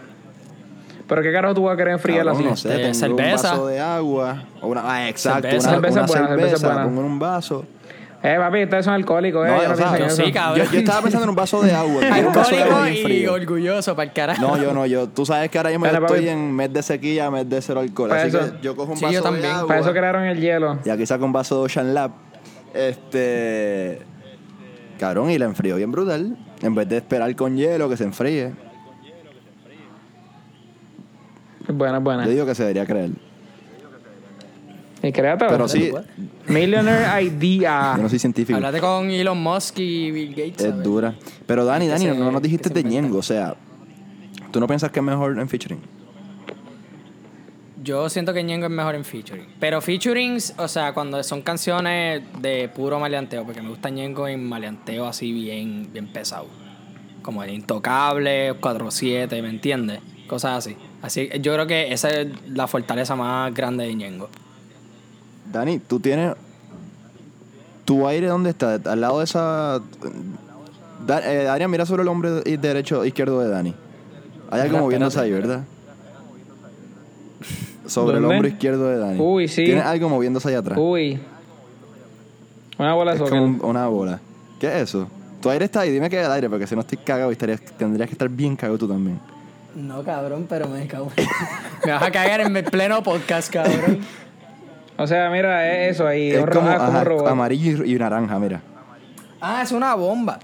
[SPEAKER 3] Pero qué carajo tú vas a querer enfriar
[SPEAKER 2] Cabrón,
[SPEAKER 3] así.
[SPEAKER 2] no sé,
[SPEAKER 1] Eh,
[SPEAKER 2] tengo
[SPEAKER 1] cerveza.
[SPEAKER 2] un vaso de agua. o una- ah, exacto,
[SPEAKER 1] Cerveza.
[SPEAKER 2] una,
[SPEAKER 3] Cerveza
[SPEAKER 2] una
[SPEAKER 3] buena, cerveza
[SPEAKER 2] cerveza, la
[SPEAKER 3] buena.
[SPEAKER 2] pongo en un vaso.
[SPEAKER 3] Eh, papi, ustedes son alcohólicos, eh.
[SPEAKER 2] No,
[SPEAKER 3] yo
[SPEAKER 2] o sea,
[SPEAKER 3] pienso en
[SPEAKER 2] yo
[SPEAKER 3] eso.
[SPEAKER 1] sí, cabrón.
[SPEAKER 2] Yo, yo estaba pensando en un vaso de
[SPEAKER 3] *laughs*
[SPEAKER 2] agua. que era un vaso de agua
[SPEAKER 1] Alcohólico
[SPEAKER 2] bien
[SPEAKER 1] y
[SPEAKER 2] frío.
[SPEAKER 1] orgulloso para el carajo.
[SPEAKER 2] No, yo no, yo. Tú sabes que ahora mismo yo
[SPEAKER 3] Dale,
[SPEAKER 2] estoy
[SPEAKER 3] papi.
[SPEAKER 2] en mes de sequía, mes de cero alcohol.
[SPEAKER 3] Para
[SPEAKER 2] Así
[SPEAKER 3] eso.
[SPEAKER 2] que yo cojo un
[SPEAKER 1] Sí, yo
[SPEAKER 2] vaso de
[SPEAKER 1] también.
[SPEAKER 2] agua.
[SPEAKER 3] Para eso crearon el hielo.
[SPEAKER 2] Y aquí saco un vaso de Ocean Lab. Este. Cabrón, y la enfrío bien brutal. En vez de esperar con hielo que se enfríe.
[SPEAKER 3] Buena, buena.
[SPEAKER 2] Yo digo que se debería creer.
[SPEAKER 3] Y créatelo.
[SPEAKER 2] Pero sí,
[SPEAKER 1] pues.
[SPEAKER 3] Millionaire Idea.
[SPEAKER 2] yo no soy científico.
[SPEAKER 1] Háblate con Elon Musk y Bill Gates. a
[SPEAKER 2] Es
[SPEAKER 1] ver.
[SPEAKER 2] dura. Pero Dani,
[SPEAKER 1] que
[SPEAKER 2] Dani,
[SPEAKER 1] se-
[SPEAKER 2] no nos dijiste
[SPEAKER 1] que se
[SPEAKER 2] de
[SPEAKER 1] inventa.
[SPEAKER 2] ñengo. O sea, ¿tú no piensas que es mejor en featuring?
[SPEAKER 1] Yo siento que Ñengo es mejor en featuring. Pero featurings, o sea, cuando son canciones de puro maleanteo, porque me gusta Ñengo en maleanteo así bien, bien pesado. Como el Intocable, 4-7, ¿me entiendes? Cosas así. Así yo creo que esa es la fortaleza más grande de Ñengo.
[SPEAKER 2] Dani, tú tienes. ¿Tu aire dónde está? Al lado de esa. Da- eh, Adrián, mira sobre el hombre i- derecho izquierdo de Dani. Hay algo
[SPEAKER 1] Espérate,
[SPEAKER 2] moviéndose ahí,
[SPEAKER 1] espérate,
[SPEAKER 2] ¿verdad? Sobre
[SPEAKER 3] ¿Dónde?
[SPEAKER 2] el hombro izquierdo de Dani.
[SPEAKER 3] Uy, sí.
[SPEAKER 2] Tienes algo moviéndose ahí atrás.
[SPEAKER 3] Uy. Una bola de
[SPEAKER 2] es
[SPEAKER 3] soccer.
[SPEAKER 2] como un- una bola. ¿Qué es eso? Tu aire está ahí, dime que es el aire, porque si no estoy cagado, y estarías- tendrías que estar bien cagado tú también.
[SPEAKER 1] No, cabrón, pero me cago. *laughs* me vas a cagar en el pleno podcast, cabrón.
[SPEAKER 3] O sea, mira, es eso ahí.
[SPEAKER 2] es
[SPEAKER 3] un ro-
[SPEAKER 2] como,
[SPEAKER 3] ah, como un
[SPEAKER 2] ajá,
[SPEAKER 3] robot. *laughs*
[SPEAKER 2] amarillo y, y naranja, mira. *laughs*
[SPEAKER 1] Ah, es una bomba.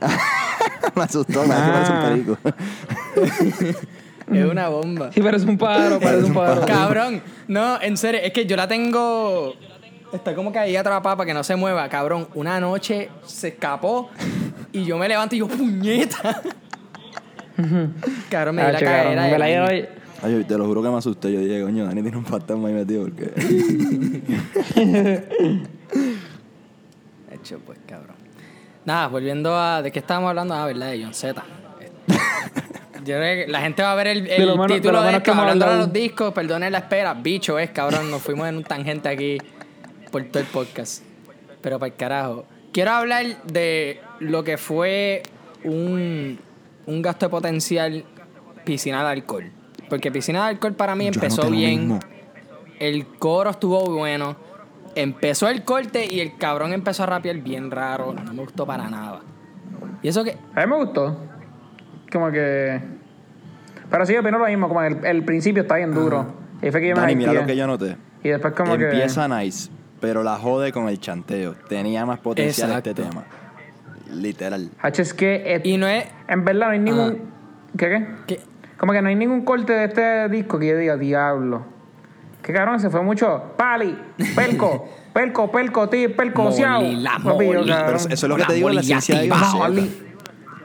[SPEAKER 2] me asustó, me parece un
[SPEAKER 3] Ah.
[SPEAKER 2] perico.
[SPEAKER 1] es una bomba.
[SPEAKER 3] Sí, parece un pájaro, parece un pájaro.
[SPEAKER 1] Cabrón, no, en serio, es que yo la tengo. Está como que ahí atrapada para que no se mueva, cabrón. Una noche se escapó y yo me levanto y yo, puñeta. cabrón, me di
[SPEAKER 3] Ah,
[SPEAKER 1] la
[SPEAKER 3] che, cabrón,
[SPEAKER 1] cadera.
[SPEAKER 3] me
[SPEAKER 1] de
[SPEAKER 3] la
[SPEAKER 1] año.
[SPEAKER 3] llevo-
[SPEAKER 2] Ay, yo te lo juro que me asusté. Yo dije, coño, Dani tiene un fantasma ahí metido porque.
[SPEAKER 1] Hecho, pues, cabrón. Nada, volviendo a. ¿De qué estábamos hablando? Ah, ¿verdad? De John Z. Este, Yo creo que la gente va a ver el, el
[SPEAKER 3] lo menos- de
[SPEAKER 1] título
[SPEAKER 3] lo
[SPEAKER 1] de,
[SPEAKER 3] menos
[SPEAKER 1] esto,
[SPEAKER 3] que hemos
[SPEAKER 1] hablando de
[SPEAKER 3] hablado.
[SPEAKER 1] los discos, perdonen la espera. Bicho es, cabrón, nos fuimos en un tangente aquí por todo el podcast. Pero para el carajo. Quiero hablar de lo que fue un, un gasto de potencial piscina de alcohol. Porque piscina de alcohol para mí
[SPEAKER 2] Yo
[SPEAKER 1] empezó
[SPEAKER 2] anoté lo
[SPEAKER 1] bien.
[SPEAKER 2] mismo.
[SPEAKER 1] El coro estuvo bueno. Empezó el corte y el cabrón empezó a rapear bien raro. No me gustó para nada. Y eso que.
[SPEAKER 3] A mí me gustó. Como que. Pero sí, opino lo mismo. Como el, el principio está bien duro. Y fue que yo me
[SPEAKER 2] Dani, mira
[SPEAKER 3] hypeé.
[SPEAKER 2] lo que yo anoté.
[SPEAKER 3] Y después, como
[SPEAKER 2] Empieza nice, pero la jode con el chanteo. Tenía más potencial este
[SPEAKER 1] Exacto.
[SPEAKER 2] tema. Literal.
[SPEAKER 3] que. H, es que. et-
[SPEAKER 1] Y no es.
[SPEAKER 3] En verdad, no hay ningún. ¿Qué qué?
[SPEAKER 1] que-
[SPEAKER 3] Como que no hay ningún corte de este disco que yo diga, diablo. Qué cabrón, se fue mucho. Pali,
[SPEAKER 2] *laughs*
[SPEAKER 3] pelco, pelco, pelco, ti, pelco, siao.
[SPEAKER 1] Molila,
[SPEAKER 3] Papi, yo,
[SPEAKER 1] molila.
[SPEAKER 2] Pero
[SPEAKER 3] cabrón.
[SPEAKER 2] eso es lo que te digo, la
[SPEAKER 1] Molilla
[SPEAKER 2] esencia de
[SPEAKER 1] activada.
[SPEAKER 2] Beyoncé.
[SPEAKER 3] Molly.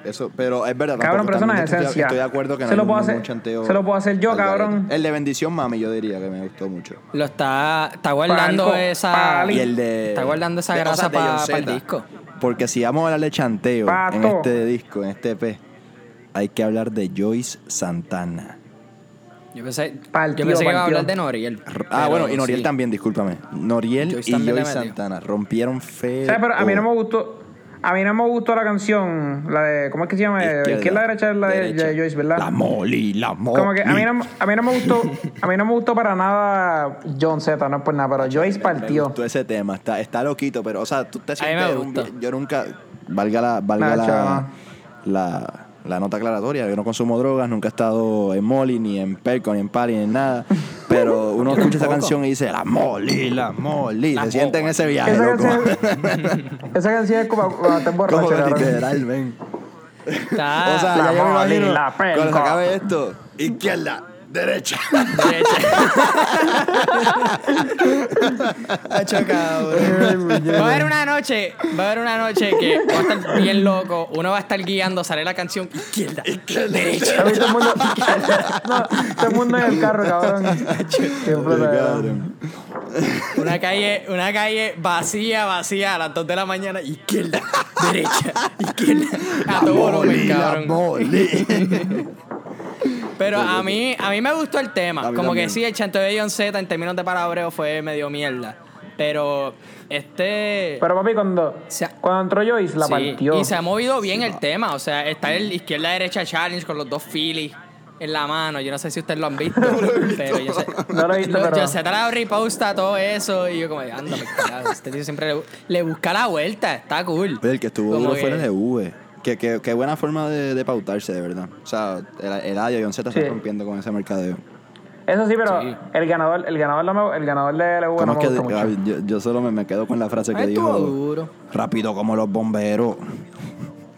[SPEAKER 2] Eso, pero es verdad. tampoco,
[SPEAKER 3] Cabrón, pero eso no
[SPEAKER 2] también
[SPEAKER 3] es
[SPEAKER 2] estoy-
[SPEAKER 3] esencia.
[SPEAKER 2] Estoy de acuerdo que no
[SPEAKER 3] Se
[SPEAKER 2] hay
[SPEAKER 3] lo puedo
[SPEAKER 2] ningún
[SPEAKER 3] hacer-
[SPEAKER 2] chanteo.
[SPEAKER 3] se lo puedo hacer yo,
[SPEAKER 2] al garete.
[SPEAKER 3] cabrón.
[SPEAKER 2] El de bendición, mami, yo diría que me gustó mucho.
[SPEAKER 1] Lo está. Está guardando
[SPEAKER 3] Palco,
[SPEAKER 1] esa.
[SPEAKER 3] pali.
[SPEAKER 2] Y el de-
[SPEAKER 1] Está guardando esa
[SPEAKER 2] de- o sea,
[SPEAKER 1] grasa
[SPEAKER 2] de
[SPEAKER 1] para
[SPEAKER 2] John Zeta.
[SPEAKER 1] el disco.
[SPEAKER 2] Porque si vamos a hablar de chanteo
[SPEAKER 3] Pato.
[SPEAKER 2] en este disco, en este EP, hay que hablar de Joyce Santana.
[SPEAKER 1] Yo pensé,
[SPEAKER 3] Partió,
[SPEAKER 1] yo pensé que iba a
[SPEAKER 3] partió.
[SPEAKER 1] hablar de Noriel.
[SPEAKER 2] Ah,
[SPEAKER 1] pero
[SPEAKER 2] bueno, y Noriel
[SPEAKER 1] sí.
[SPEAKER 2] también, discúlpame. Noriel
[SPEAKER 1] Joyce
[SPEAKER 2] y
[SPEAKER 1] también le
[SPEAKER 2] Joyce
[SPEAKER 1] metió.
[SPEAKER 2] Santana rompieron fe.
[SPEAKER 3] ¿Sabes? Pero a mí no me gustó. A mí no me gustó la canción, la de. ¿Cómo es eh, que se llama? Izquierda, la derecha es la de, de Joyce, ¿verdad?
[SPEAKER 2] La Molly, la Molly.
[SPEAKER 3] Como que a mí, no, a mí no me gustó. A mí no me gustó para nada John Z, no es por nada, pero Joyce
[SPEAKER 2] Me
[SPEAKER 3] partió.
[SPEAKER 2] gustó ese tema, está, está loquito, pero, o sea, tú te
[SPEAKER 1] A mí me
[SPEAKER 2] sientes. un-
[SPEAKER 1] gustó.
[SPEAKER 2] yo nunca. Valga la. Valga
[SPEAKER 3] Nah, chaval.
[SPEAKER 2] la, la, la nota aclaratoria. Yo no consumo drogas, nunca he estado en Molly, ni en Perco, ni en Pali, ni en
[SPEAKER 3] *laughs*
[SPEAKER 2] nada. Pero uno escucha esa
[SPEAKER 1] tampoco.
[SPEAKER 2] canción y dice, la Molly, la Molly.
[SPEAKER 1] La
[SPEAKER 2] se siente en
[SPEAKER 1] Molly.
[SPEAKER 2] ese viaje,
[SPEAKER 3] Esa
[SPEAKER 2] loco.
[SPEAKER 3] canción,
[SPEAKER 2] *laughs*
[SPEAKER 3] esa canción es como cuando te
[SPEAKER 2] Como
[SPEAKER 3] emborrachas.
[SPEAKER 2] que
[SPEAKER 3] cabrón.
[SPEAKER 2] literal, ven.
[SPEAKER 1] Está-
[SPEAKER 2] *laughs* o sea,
[SPEAKER 3] la
[SPEAKER 2] ya yo me
[SPEAKER 3] Molly,
[SPEAKER 2] imagino,
[SPEAKER 3] la Perco.
[SPEAKER 2] Cuando se acabe esto, izquierda, derecha.
[SPEAKER 1] *laughs* Ha chocado. Va a haber una noche, va a haber una noche que va a estar bien loco. Uno va a estar guiando, sale la canción izquierda, derecha.
[SPEAKER 3] A mí todo el mundo. *laughs* No, todo el mundo en el carro,
[SPEAKER 2] *laughs*
[SPEAKER 3] cabrón. Qué puta, cabrón.
[SPEAKER 1] Una calle, una calle vacía, vacía a las 2 de la mañana, izquierda, *laughs* derecha, izquierda. A todo volumen,
[SPEAKER 2] la
[SPEAKER 1] cabrón.
[SPEAKER 2] Molly.
[SPEAKER 1] *laughs* Pero a mí, a mí me gustó el tema.
[SPEAKER 2] A mí
[SPEAKER 1] Como
[SPEAKER 2] también.
[SPEAKER 1] que sí, el chanteo de John Z en términos de palabreo fue medio mierda. Pero este.
[SPEAKER 3] Pero papi, cuando,
[SPEAKER 1] Se-
[SPEAKER 3] cuando entró Joyce, la
[SPEAKER 1] Sí,
[SPEAKER 3] partió.
[SPEAKER 1] Y se ha movido bien el tema. O sea, está el izquierda-derecha challenge con los dos Phillies en la mano. Yo no sé si ustedes lo han
[SPEAKER 3] *laughs*
[SPEAKER 1] visto. pero yo sé.
[SPEAKER 3] No lo he visto, pero-
[SPEAKER 1] Yo sé, te la reposta todo eso. Y yo, como, anda, carajo. Este tío siempre le, bu- le busca la vuelta. Está cool.
[SPEAKER 2] Pero el que estuvo
[SPEAKER 1] Como
[SPEAKER 2] duro
[SPEAKER 1] que-
[SPEAKER 2] fue el V. Qué que, que buena forma de, de pautarse, de verdad. O sea, el, el Adio y John Z
[SPEAKER 3] Sí.
[SPEAKER 2] están rompiendo con ese mercadeo.
[SPEAKER 3] Eso sí, pero
[SPEAKER 1] Sí.
[SPEAKER 3] el ganador, el ganador, no me- el ganador de LV
[SPEAKER 2] ¿Cómo
[SPEAKER 3] no
[SPEAKER 2] es
[SPEAKER 3] me
[SPEAKER 2] que,
[SPEAKER 3] gustó mucho.
[SPEAKER 2] ay, yo, yo solo me, me quedo con la frase que
[SPEAKER 1] Ah,
[SPEAKER 2] dijo.
[SPEAKER 1] estuvo duro.
[SPEAKER 2] Rápido como los bomberos.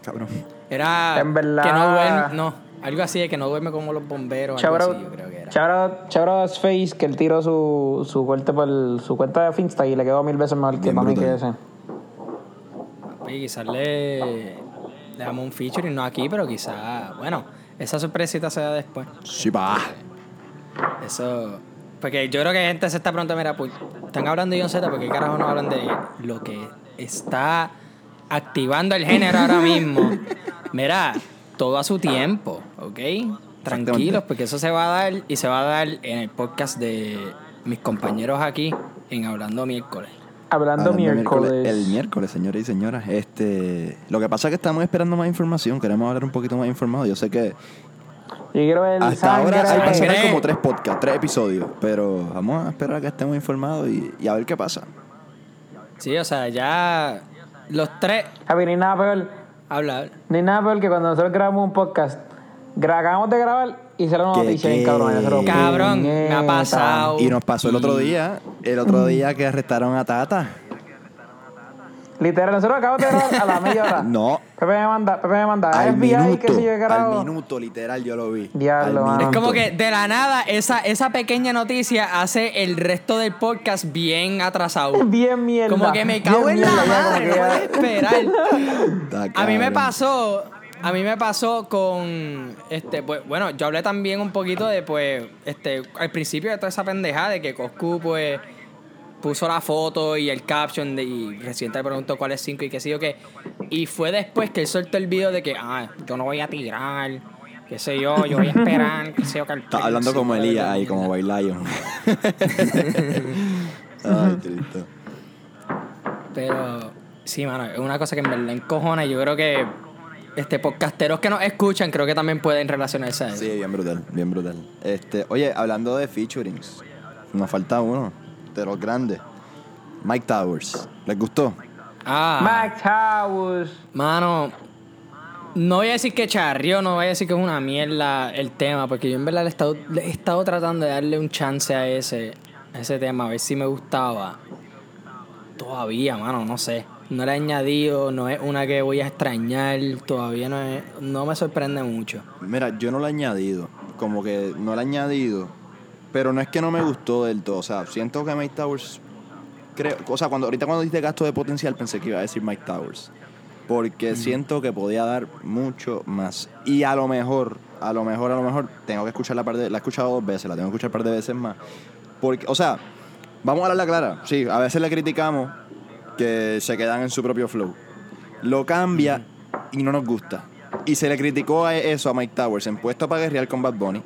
[SPEAKER 2] Cabrón.
[SPEAKER 1] Era.
[SPEAKER 3] En verdad-
[SPEAKER 1] Que no duerme. No, algo así de que no duerme como los bomberos. Algo
[SPEAKER 3] Shout
[SPEAKER 1] así, yo creo que
[SPEAKER 3] out-
[SPEAKER 1] era.
[SPEAKER 3] shout out- shout out a Face que él tiró su, su corte por el- su cuenta de Finsta y le quedó mil veces mejor que
[SPEAKER 2] Bien
[SPEAKER 3] para mí que
[SPEAKER 2] brutal.
[SPEAKER 3] ese.
[SPEAKER 1] Oye, quizás le. Le damos un featuring, no aquí, pero quizás. Bueno, esa sorpresita se da después.
[SPEAKER 2] Sí, pa.
[SPEAKER 1] Eso. Porque yo creo que gente se está pronto, mira, pues están hablando de John Z, porque carajo no hablan de lo que está activando el género ahora mismo. Mira, todo a su tiempo, ¿ok? Tranquilos, porque eso se va a dar y se va a dar en el podcast de mis compañeros aquí en Hablando Miércoles.
[SPEAKER 3] Hablando,
[SPEAKER 2] Hablando
[SPEAKER 3] miércoles.
[SPEAKER 2] El Ah, miércoles, señores y señoras. Este, lo que pasa es que estamos esperando más información. Queremos hablar un poquito más informado. Yo sé que
[SPEAKER 3] Yo quiero ver
[SPEAKER 2] Hasta
[SPEAKER 3] sangre.
[SPEAKER 2] ahora hay personas
[SPEAKER 1] Sangre.
[SPEAKER 2] como tres podcasts, tres episodios, pero vamos a esperar a que estemos informados y, y a ver qué pasa.
[SPEAKER 1] Sí, o sea, ya los tres.
[SPEAKER 3] Javi, ni nada peor,
[SPEAKER 1] Habla,
[SPEAKER 3] ni nada peor que cuando nosotros grabamos un podcast, gra- acabamos de grabar y sale una
[SPEAKER 2] ¿Qué,
[SPEAKER 3] noticia bien
[SPEAKER 2] qué?
[SPEAKER 3] cabrón. nosotros,
[SPEAKER 1] Cabrón, me ha
[SPEAKER 3] "Puñeta".
[SPEAKER 1] pasado.
[SPEAKER 2] Y nos pasó el otro día, el
[SPEAKER 3] Mm.
[SPEAKER 2] otro día que arrestaron a Tata.
[SPEAKER 3] Literal, nosotros acabamos de grabar a la media hora.
[SPEAKER 2] *laughs* No,
[SPEAKER 3] Pepe me manda, Pepe me manda,
[SPEAKER 2] al
[SPEAKER 3] FBI, que
[SPEAKER 2] minuto,
[SPEAKER 3] si yo he grabado. *laughs*
[SPEAKER 2] al minuto, literal, yo lo vi.
[SPEAKER 3] Diablo,
[SPEAKER 2] Al
[SPEAKER 3] mano.
[SPEAKER 1] Es
[SPEAKER 2] minuto.
[SPEAKER 1] como que de la nada esa, esa pequeña noticia hace el resto del podcast bien atrasado.
[SPEAKER 3] Bien mierda.
[SPEAKER 1] Como que me cago
[SPEAKER 3] Bien
[SPEAKER 1] en la
[SPEAKER 3] mierda, ya,
[SPEAKER 1] madre, no
[SPEAKER 3] como
[SPEAKER 1] puedo
[SPEAKER 3] que ya- *laughs*
[SPEAKER 1] esperar.
[SPEAKER 2] Está
[SPEAKER 1] A mí me
[SPEAKER 2] cabrón.
[SPEAKER 1] pasó, a mí me pasó con este, pues, bueno, yo hablé también un poquito de pues, este, al principio de toda esa pendejada de que Coscu pues puso la foto y el caption de, y reciente le preguntó cuál es 5 y qué sé yo qué. Y fue después que él soltó el video de que, ah, yo no voy a tirar, qué sé yo, yo voy a esperar, qué sé yo qué.
[SPEAKER 2] Está hablando como Elías ahí,
[SPEAKER 1] *laughs*
[SPEAKER 2] como Bailayon. Ay, Cristo.
[SPEAKER 1] Pero sí, mano, es una cosa que en verdad encojona y yo creo que este podcasteros que nos escuchan creo que también pueden relacionarse a eso.
[SPEAKER 2] Sí, bien brutal, bien brutal. Este, oye, hablando de featurings, nos falta uno de los grandes. Mike Towers. ¿Les gustó?
[SPEAKER 1] Ah,
[SPEAKER 3] Max House.
[SPEAKER 1] mano, no voy a decir que charrió, no voy a decir que es una mierda el tema, porque yo en verdad le he estado, le he estado tratando de darle un chance a ese, a ese tema, a ver si me gustaba. Todavía, mano, no sé. No le he añadido, no es una que voy a extrañar, todavía no, es- no me sorprende mucho.
[SPEAKER 2] Mira, yo no lo he añadido. Como que no lo he añadido. Pero no es que no me gustó del todo. O sea, siento que Mike Towers. Creo, o sea, cuando, ahorita cuando diste gasto de potencial pensé que iba a decir Mike Towers. Porque siento que podía dar mucho más. Y a lo mejor, a lo mejor, a lo mejor, tengo que escuchar la parte. La he escuchado dos veces, la tengo que escuchar un par de veces más. Porque, o sea, vamos a hablarla clara. Sí, a veces le criticamos que se quedan en su propio flow. lo cambia y no nos gusta. Y se le criticó a eso a Mike Towers en puesto para guerrear con Bad Bunny.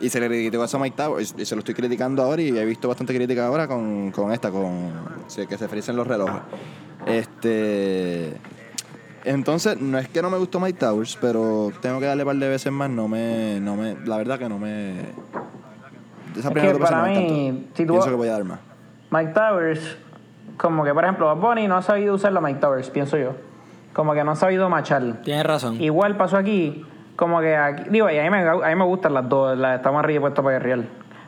[SPEAKER 2] Y se le criticó eso a Mike Towers. Y se lo estoy criticando ahora y he visto bastante crítica ahora con, con esta, con se- que se frizan los relojes. Este. Entonces, no es que no me gustó Mike Towers, pero tengo que darle un par de veces más. No me, no me. La verdad que no me. Esa
[SPEAKER 3] Es
[SPEAKER 2] primera
[SPEAKER 3] que
[SPEAKER 2] vez no
[SPEAKER 3] para
[SPEAKER 2] me
[SPEAKER 3] mí,
[SPEAKER 2] encantó.
[SPEAKER 3] si tú-
[SPEAKER 2] Pienso que voy a dar más.
[SPEAKER 3] Mike Towers, como que por ejemplo, Bad Bunny no ha sabido usarlo Mike Towers, pienso yo. Como que no ha sabido machar.
[SPEAKER 1] Tienes razón.
[SPEAKER 3] Igual pasó aquí, como que aquí, digo, y a mí me, a mí me gustan las dos, las estamos arriba y puesto para guerrear.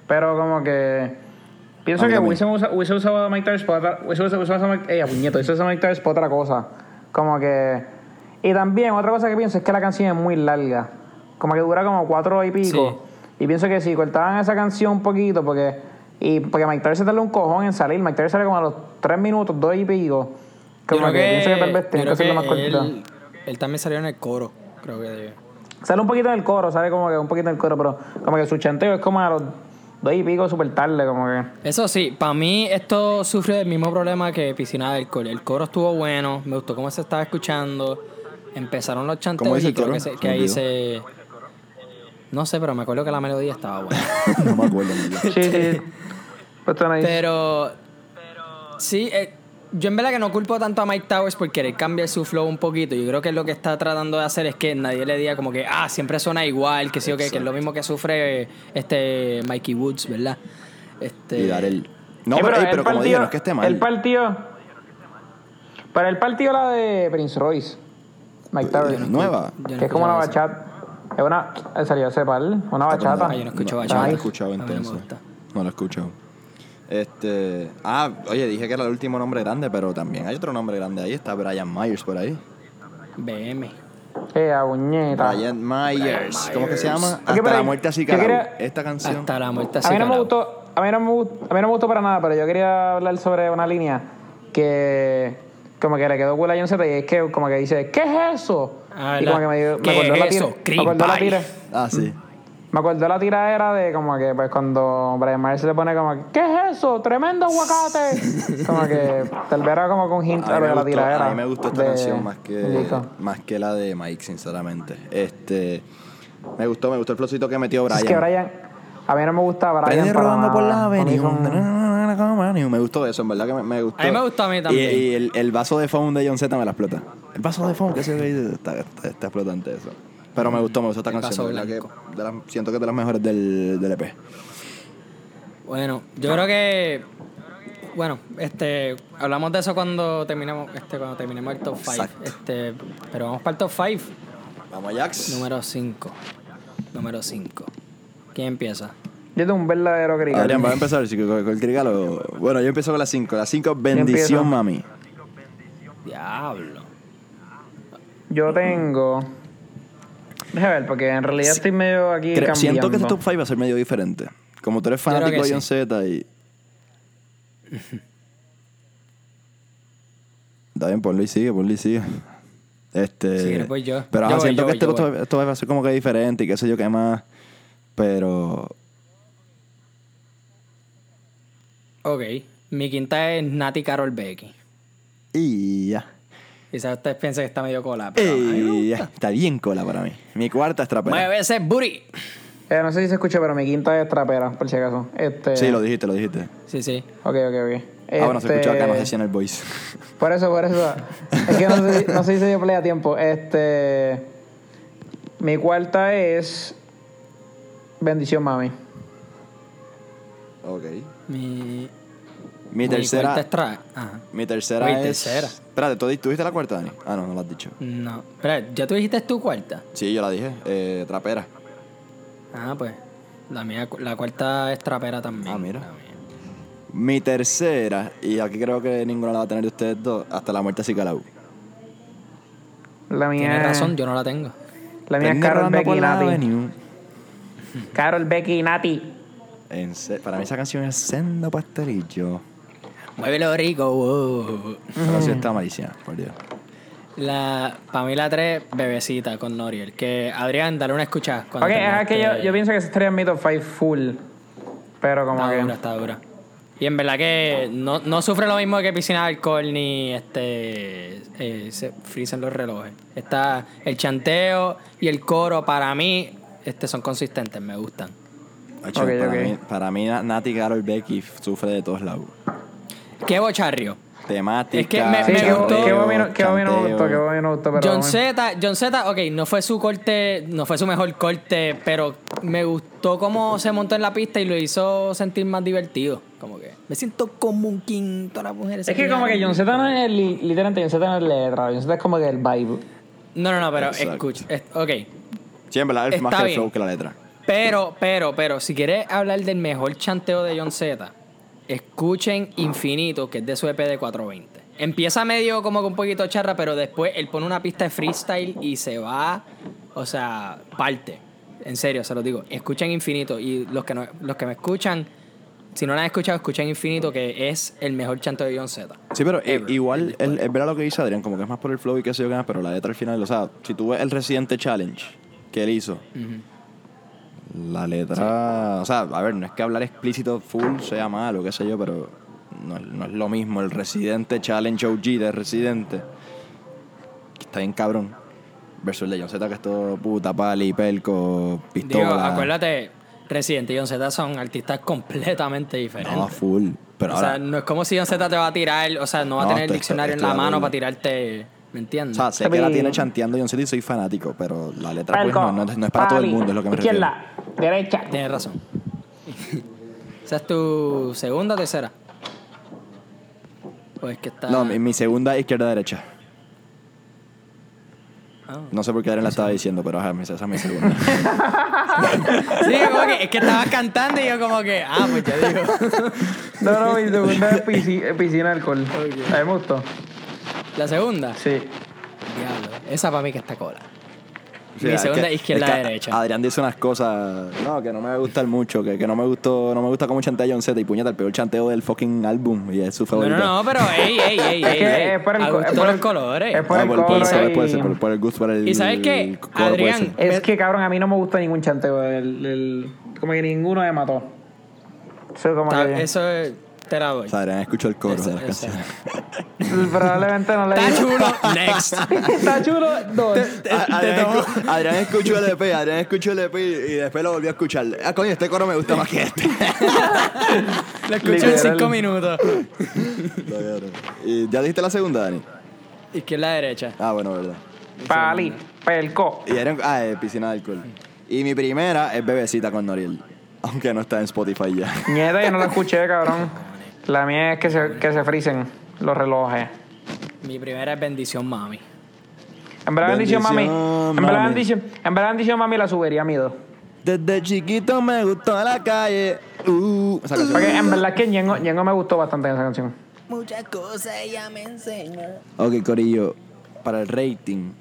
[SPEAKER 3] Pero como que
[SPEAKER 2] A
[SPEAKER 3] pienso
[SPEAKER 2] mí
[SPEAKER 3] que
[SPEAKER 2] también.
[SPEAKER 3] hubiese usa- hubiese usado a Mike Towers para otra, hubiese usado hubiese usado a Mike, ella, puñeto, hubiese usado a Mike Towers para otra cosa. Como que y también otra cosa que pienso es que la canción es muy larga. Como que dura como cuatro y pico. Y pienso que si cortaban esa canción un poquito, porque y porque Mike Towers se tardó un cojón en salir, Mike Towers sale como a los tres minutos, dos y pico.
[SPEAKER 1] Yo
[SPEAKER 3] Como que, pienso que tal vez tiene que
[SPEAKER 1] yo creo
[SPEAKER 3] hacerlo más
[SPEAKER 1] que
[SPEAKER 3] cortita.
[SPEAKER 1] él, él también salió en el coro, creo que de-
[SPEAKER 3] Sale un poquito en el coro, sale como que un poquito en el coro, pero como que su chanteo es como a los dos y pico súper tarde, como que.
[SPEAKER 1] Eso sí, para mí esto sufre del mismo problema que Piscina del Coro. El coro estuvo bueno, me gustó cómo se estaba escuchando. Empezaron los chanteos
[SPEAKER 2] ¿Cómo dice
[SPEAKER 1] y
[SPEAKER 2] el
[SPEAKER 1] creo
[SPEAKER 2] coro?
[SPEAKER 1] que, se-
[SPEAKER 2] Se
[SPEAKER 1] que
[SPEAKER 2] me
[SPEAKER 1] ahí
[SPEAKER 2] olvidó.
[SPEAKER 1] se... No sé, pero me acuerdo que la melodía estaba buena.
[SPEAKER 2] *laughs* No me
[SPEAKER 3] *laughs*
[SPEAKER 2] acuerdo, en verdad.
[SPEAKER 3] Sí,
[SPEAKER 1] *laughs*
[SPEAKER 3] sí. Pues están ahí.
[SPEAKER 1] Pero. Sí, eh, yo en verdad que no culpo tanto a Mike Towers por querer cambiar su flow un poquito. Yo creo que lo que está tratando de hacer es que nadie le diga como que, ah, siempre suena igual, que sí o que, que es lo mismo que sufre eh, este Mikey Woods, ¿verdad? Este,
[SPEAKER 2] Y dar el. No,
[SPEAKER 3] Eh,
[SPEAKER 2] pero, ey,
[SPEAKER 3] él
[SPEAKER 2] pero como
[SPEAKER 3] partió-
[SPEAKER 2] dije, no es que esté mal.
[SPEAKER 3] él partió. Pero el partido la de Prince Royce. Mike Towers.
[SPEAKER 2] Eh, Nueva.
[SPEAKER 1] Yo no
[SPEAKER 3] que es como una
[SPEAKER 1] escuchaba
[SPEAKER 3] bachata. Es una. eh, Salió ese par. Una bachata.
[SPEAKER 1] Ah, yo no escucho
[SPEAKER 2] no,
[SPEAKER 1] bachata.
[SPEAKER 2] No lo he
[SPEAKER 1] Ay. A
[SPEAKER 2] escuchado
[SPEAKER 1] mí no me
[SPEAKER 2] entonces.
[SPEAKER 1] gusta.
[SPEAKER 2] No lo he escuchado. Este. Ah, oye, dije que era el último nombre grande, pero también hay otro nombre grande ahí. Está Brian Myers por ahí.
[SPEAKER 1] BM.
[SPEAKER 3] Eh, a buñeta.
[SPEAKER 2] Brian Myers. ¿Cómo que se llama? Hasta
[SPEAKER 3] pero
[SPEAKER 2] la
[SPEAKER 3] ahí-
[SPEAKER 2] muerte así
[SPEAKER 3] yo
[SPEAKER 2] calado.
[SPEAKER 3] quería-
[SPEAKER 2] Esta canción.
[SPEAKER 1] Hasta la muerte
[SPEAKER 3] A mí no me
[SPEAKER 1] separado.
[SPEAKER 3] gustó, a mí no me gustó, a mí no me gustó para nada, pero yo quería hablar sobre una línea que como que le quedó cool a John Zeta y es que como que dice, ¿qué es eso?
[SPEAKER 1] Ah,
[SPEAKER 3] y
[SPEAKER 1] la-
[SPEAKER 3] como que me, dio-
[SPEAKER 1] ¿qué
[SPEAKER 3] me acordó
[SPEAKER 1] es
[SPEAKER 3] la
[SPEAKER 1] eso?
[SPEAKER 3] tira.
[SPEAKER 1] Creep
[SPEAKER 3] Me acordó la
[SPEAKER 1] pie.
[SPEAKER 3] tira.
[SPEAKER 2] Ah, sí.
[SPEAKER 3] Me acordó la tira era de como que pues cuando Brian Myers se le pone como que, ¿qué es eso?
[SPEAKER 1] *laughs*
[SPEAKER 3] Tremendo aguacate. como que tal vez era como con hint
[SPEAKER 2] A mí,
[SPEAKER 3] a lo
[SPEAKER 2] me
[SPEAKER 3] de la
[SPEAKER 2] gustó,
[SPEAKER 3] tira era.
[SPEAKER 2] a mí me gustó esta
[SPEAKER 3] de-
[SPEAKER 2] canción más que,
[SPEAKER 3] del disco.
[SPEAKER 2] más que la de Mike, sinceramente. Este. Me gustó, me gustó el flowcito que metió Brian.
[SPEAKER 3] Es que Brian, a mí no me gusta Brian.
[SPEAKER 2] Prende
[SPEAKER 3] para
[SPEAKER 2] robando por
[SPEAKER 3] nada.
[SPEAKER 2] la
[SPEAKER 3] A mí
[SPEAKER 2] avenida.
[SPEAKER 3] son-
[SPEAKER 2] Me gustó eso, en verdad que me, me gustó.
[SPEAKER 1] A mí me gustó a mí también.
[SPEAKER 2] Y, y el, el vaso de foam de John Z me la explota. El vaso de foam, que se ve, está, está, está explotante eso. Pero me gustó, me gustó esta
[SPEAKER 1] El
[SPEAKER 2] canción.
[SPEAKER 1] vaso
[SPEAKER 2] de verdad que de las- siento que es de las mejores del, E del EP.
[SPEAKER 1] Bueno, yo creo que. Bueno, este, hablamos de eso cuando terminemos, este, cuando terminemos el top 5.
[SPEAKER 2] Exacto.
[SPEAKER 1] Este, pero vamos para el top 5.
[SPEAKER 2] Vamos, Jax.
[SPEAKER 1] Número 5. Número 5. ¿Quién empieza?
[SPEAKER 3] Yo tengo un verdadero crítico.
[SPEAKER 2] Adrián, va a empezar sí, con, con el trigalo. Bueno, yo empiezo con las 5. Las 5,
[SPEAKER 3] empiezo.
[SPEAKER 2] bendición, mami.
[SPEAKER 1] Diablo.
[SPEAKER 3] Yo tengo. Déjame ver, porque en realidad estoy medio aquí.
[SPEAKER 2] Creo-
[SPEAKER 3] cambiando.
[SPEAKER 2] siento que este top 5 va a ser medio diferente. Como tú eres
[SPEAKER 1] creo
[SPEAKER 2] fanático
[SPEAKER 1] que
[SPEAKER 2] de John
[SPEAKER 1] sí. *laughs*
[SPEAKER 2] Z y. Está bien, ponlo y sigue, ponlo y sigue. Este.
[SPEAKER 1] Si quieres voy yo.
[SPEAKER 2] Pero
[SPEAKER 1] Yo
[SPEAKER 2] ajá,
[SPEAKER 1] voy,
[SPEAKER 2] siento
[SPEAKER 1] yo voy,
[SPEAKER 2] que este
[SPEAKER 1] yo
[SPEAKER 2] top-
[SPEAKER 1] voy.
[SPEAKER 2] esto va a ser como que diferente y qué sé yo qué más. Pero.
[SPEAKER 1] Ok. Mi quinta es Nati Carol Becky.
[SPEAKER 2] Y ya.
[SPEAKER 1] Quizás ustedes piensen que está medio cola, pero. a mí me
[SPEAKER 2] Y
[SPEAKER 1] gusta.
[SPEAKER 2] ya. Está bien cola para mí. Mi cuarta es trapera.
[SPEAKER 1] Nueve veces booty.
[SPEAKER 3] Eh, no sé si se escucha, pero mi quinta es trapera, por si acaso. Este...
[SPEAKER 2] Sí, lo dijiste, lo dijiste.
[SPEAKER 1] Sí, sí.
[SPEAKER 3] Ok, ok, ok.
[SPEAKER 2] Ah, bueno, se escuchó acá, no sé si
[SPEAKER 3] Este,
[SPEAKER 2] en el voice.
[SPEAKER 3] Por eso, por eso. Es que no sé, no sé si se dio play a tiempo. Este. Mi cuarta es. Bendición, mami.
[SPEAKER 2] ok.
[SPEAKER 1] Mi.
[SPEAKER 2] Mi tercera.
[SPEAKER 1] cuarta es tra- Ajá.
[SPEAKER 2] Mi tercera
[SPEAKER 1] Uy,
[SPEAKER 2] es...
[SPEAKER 1] tercera.
[SPEAKER 2] Espérate, ¿tú, di- ¿tú dijiste la cuarta, Dani? Ah, no, no la has dicho.
[SPEAKER 1] No. Espera, ¿ya tú dijiste tu cuarta?
[SPEAKER 2] Sí, yo la dije. Eh, trapera.
[SPEAKER 1] Ah, pues. La mía, la cuarta es trapera también.
[SPEAKER 2] Ah, mira.
[SPEAKER 1] La mía.
[SPEAKER 2] Mi tercera, y aquí creo que ninguna la va a tener de ustedes dos, hasta la muerte así calado.
[SPEAKER 3] La mía.
[SPEAKER 1] Tienes razón, yo no la tengo.
[SPEAKER 3] La mía es
[SPEAKER 2] Tengo
[SPEAKER 3] Carol
[SPEAKER 2] rodando
[SPEAKER 3] Becky
[SPEAKER 2] por la
[SPEAKER 3] Nati.
[SPEAKER 2] avenue.
[SPEAKER 3] Carol Becky Nati.
[SPEAKER 2] En se- Para mí esa canción es sendo pastelillo.
[SPEAKER 1] Muévelo rico. wow.
[SPEAKER 2] Esa
[SPEAKER 3] Mm.
[SPEAKER 2] canción está malísima, por Dios.
[SPEAKER 1] La, para mí la 3, bebecita con Noriel. Que Adrián, dale una escuchada. cuando
[SPEAKER 3] Ok, es
[SPEAKER 1] tengas
[SPEAKER 3] que yo,
[SPEAKER 1] que-
[SPEAKER 3] yo pienso que estaría en mi top 5 full. Pero como
[SPEAKER 1] Está
[SPEAKER 3] que.
[SPEAKER 1] dura, está dura. Y en verdad que no, no sufre lo mismo que piscina de alcohol ni este eh, se frizan los relojes. Está el chanteo y el coro para mí este son consistentes, me gustan.
[SPEAKER 2] Hacho,
[SPEAKER 3] Ok,
[SPEAKER 2] para,
[SPEAKER 3] ok.
[SPEAKER 2] Mí, para mí, Na- Nati Carol Becky f- sufre de todos lados.
[SPEAKER 1] Qué bocharrio.
[SPEAKER 2] Temática.
[SPEAKER 1] Es que me-
[SPEAKER 3] Sí,
[SPEAKER 1] me
[SPEAKER 3] qué
[SPEAKER 2] Ah, chanteo,
[SPEAKER 3] bo-
[SPEAKER 1] gustó.
[SPEAKER 3] qué bobino- qué bobino me
[SPEAKER 2] chanteo.
[SPEAKER 3] gustó, qué bobino me gustó, pero
[SPEAKER 1] John
[SPEAKER 3] bueno.
[SPEAKER 1] Z, John Z, ok, no fue su corte, no fue su mejor corte, pero me gustó cómo se montó en la pista y lo hizo sentir más divertido. Como que me siento como un quinto las mujeres.
[SPEAKER 3] Es que como que John Z no es li- literalmente John Z no es letra, John Z es como que el vibe.
[SPEAKER 1] No, no, no, pero
[SPEAKER 2] Exacto.
[SPEAKER 1] escucha, es- ok,
[SPEAKER 2] Sí, en verdad, es más
[SPEAKER 1] Está
[SPEAKER 2] que el
[SPEAKER 1] bien.
[SPEAKER 2] show que la letra.
[SPEAKER 1] Pero, pero, pero, si quieres hablar del mejor chanteo de John Z, escuchen Infinito, que es de su EP de 420. Empieza medio como que un poquito charra, pero después él pone una pista de freestyle y se va, o sea, parte. En serio, se lo digo. Escuchen Infinito y los que, no- los que me escuchan, si no la han escuchado, escuchen Infinito, que es el mejor chanteo de John Z.
[SPEAKER 2] Sí, pero eh, igual es, es verdad lo que dice Adrián, como que es más por el flow y qué sé yo qué más, pero la letra al final, o sea, si tú ves el reciente challenge que él hizo, la letra, o sea, a ver, no es que hablar explícito full sea malo, qué sé yo, pero no, es- no es lo mismo el residente challenge OG de residente, que está bien cabrón, versus el de John Z, que es todo puta, pali, pelco,
[SPEAKER 1] Digo,
[SPEAKER 2] pistola.
[SPEAKER 1] acuérdate, Resident y John Z son artistas completamente diferentes.
[SPEAKER 2] No, full, pero
[SPEAKER 1] o
[SPEAKER 2] ahora...
[SPEAKER 1] sea, no es como si John Z te va a tirar, o sea, no va
[SPEAKER 2] No,
[SPEAKER 1] a tener el
[SPEAKER 2] estoy-
[SPEAKER 1] diccionario
[SPEAKER 2] estoy
[SPEAKER 1] en
[SPEAKER 2] de
[SPEAKER 1] la mano
[SPEAKER 2] acuerdo.
[SPEAKER 1] para tirarte, ¿me entiendes?
[SPEAKER 2] O sea, sé que la
[SPEAKER 3] Papi.
[SPEAKER 2] tiene chanteando John Cena y soy fanático, pero la letra pues,
[SPEAKER 3] Palco,
[SPEAKER 2] no, no es- no es para todo el
[SPEAKER 3] pali,
[SPEAKER 2] mundo, es lo que me refiero.
[SPEAKER 3] izquierda, derecha.
[SPEAKER 1] Tienes razón. *laughs* ¿Esa es tu segunda o tercera? O es que está...
[SPEAKER 2] No, mi, mi segunda izquierda derecha.
[SPEAKER 1] Ah.
[SPEAKER 2] No sé por qué Adrián la estaba diciendo, pero ajá, esa es
[SPEAKER 1] *laughs*
[SPEAKER 2] mi segunda.
[SPEAKER 1] Sí, como que, es que estabas cantando y yo como que, ah, pues ya digo.
[SPEAKER 3] No, no, mi segunda es piscina, piscina de alcohol. A mí me gustó.
[SPEAKER 1] La segunda.
[SPEAKER 3] Sí.
[SPEAKER 1] Diablo, esa para mí que está cola.
[SPEAKER 2] O sea,
[SPEAKER 1] mi
[SPEAKER 2] es
[SPEAKER 1] segunda
[SPEAKER 2] que-
[SPEAKER 1] izquierda
[SPEAKER 2] es que
[SPEAKER 1] derecha.
[SPEAKER 2] Adrián dice unas cosas, no, que no me va a gustar mucho, que, que no me gustó, no me gusta cómo chantea John Z y puñeta, el peor chanteo del fucking álbum y es su
[SPEAKER 1] no,
[SPEAKER 2] favorito.
[SPEAKER 1] no, no, pero ey, ey, ey,
[SPEAKER 3] Es
[SPEAKER 1] ey,
[SPEAKER 3] que
[SPEAKER 1] ey.
[SPEAKER 3] es por el
[SPEAKER 1] A
[SPEAKER 3] co- es
[SPEAKER 1] gusto
[SPEAKER 3] por
[SPEAKER 1] los
[SPEAKER 3] el-
[SPEAKER 1] colores.
[SPEAKER 3] es por el
[SPEAKER 2] Ah, por, por
[SPEAKER 3] color
[SPEAKER 2] saber
[SPEAKER 3] y-
[SPEAKER 2] puede ser, por, por el gusto, por el
[SPEAKER 1] ¿Y sabes qué?
[SPEAKER 2] el coro puede
[SPEAKER 1] Adrián,
[SPEAKER 2] ser.
[SPEAKER 3] Es que cabrón, a mí no me gusta ningún chanteo. El, el- como que ninguno me mató. Eso es como
[SPEAKER 1] Ta-
[SPEAKER 3] que-
[SPEAKER 1] Eso es... Te la doy.
[SPEAKER 2] O sea, Adrián escuchó el coro
[SPEAKER 1] Esa-
[SPEAKER 2] de las
[SPEAKER 1] esa.
[SPEAKER 2] canciones.
[SPEAKER 3] Probablemente no le
[SPEAKER 1] Está
[SPEAKER 3] digo.
[SPEAKER 1] chulo. Next.
[SPEAKER 3] *laughs* Está chulo.
[SPEAKER 2] *laughs*
[SPEAKER 3] Dos.
[SPEAKER 2] A-
[SPEAKER 1] te
[SPEAKER 2] Ah, Adrián,
[SPEAKER 1] tomó.
[SPEAKER 2] escu- Adrián escuchó el EP, Adrián escuchó el EP y, y después lo volvió a escuchar. Ah, coño, este coro me gusta más que este.
[SPEAKER 1] Lo escucho en
[SPEAKER 3] Literal.
[SPEAKER 1] cinco minutos.
[SPEAKER 2] *laughs* y ya dijiste la segunda, Dani.
[SPEAKER 1] Izquierda, derecha.
[SPEAKER 2] Ah, bueno, verdad.
[SPEAKER 3] Pali. Pelco.
[SPEAKER 2] Y eran, ah, eh, piscina de alcohol. Y mi primera es Bebecita con Noriel. Aunque no está en Spotify ya.
[SPEAKER 3] Nieta, yo no lo escuché, cabrón. La mía es que se, que se frisen los relojes.
[SPEAKER 1] Mi primera es bendición, mami.
[SPEAKER 3] En verdad han dicho mami. En
[SPEAKER 2] Bendición,
[SPEAKER 3] verdad han
[SPEAKER 2] mami.
[SPEAKER 3] dicho, en verdad han dicho mami la subiría miedo.
[SPEAKER 2] Desde chiquito me gustó la calle. Uh, esa canción.
[SPEAKER 3] Porque en verdad que Ñengo, Ñengo me gustó bastante en esa canción.
[SPEAKER 4] Muchas cosas ella me enseñó.
[SPEAKER 2] Ok, Corillo, para el rating.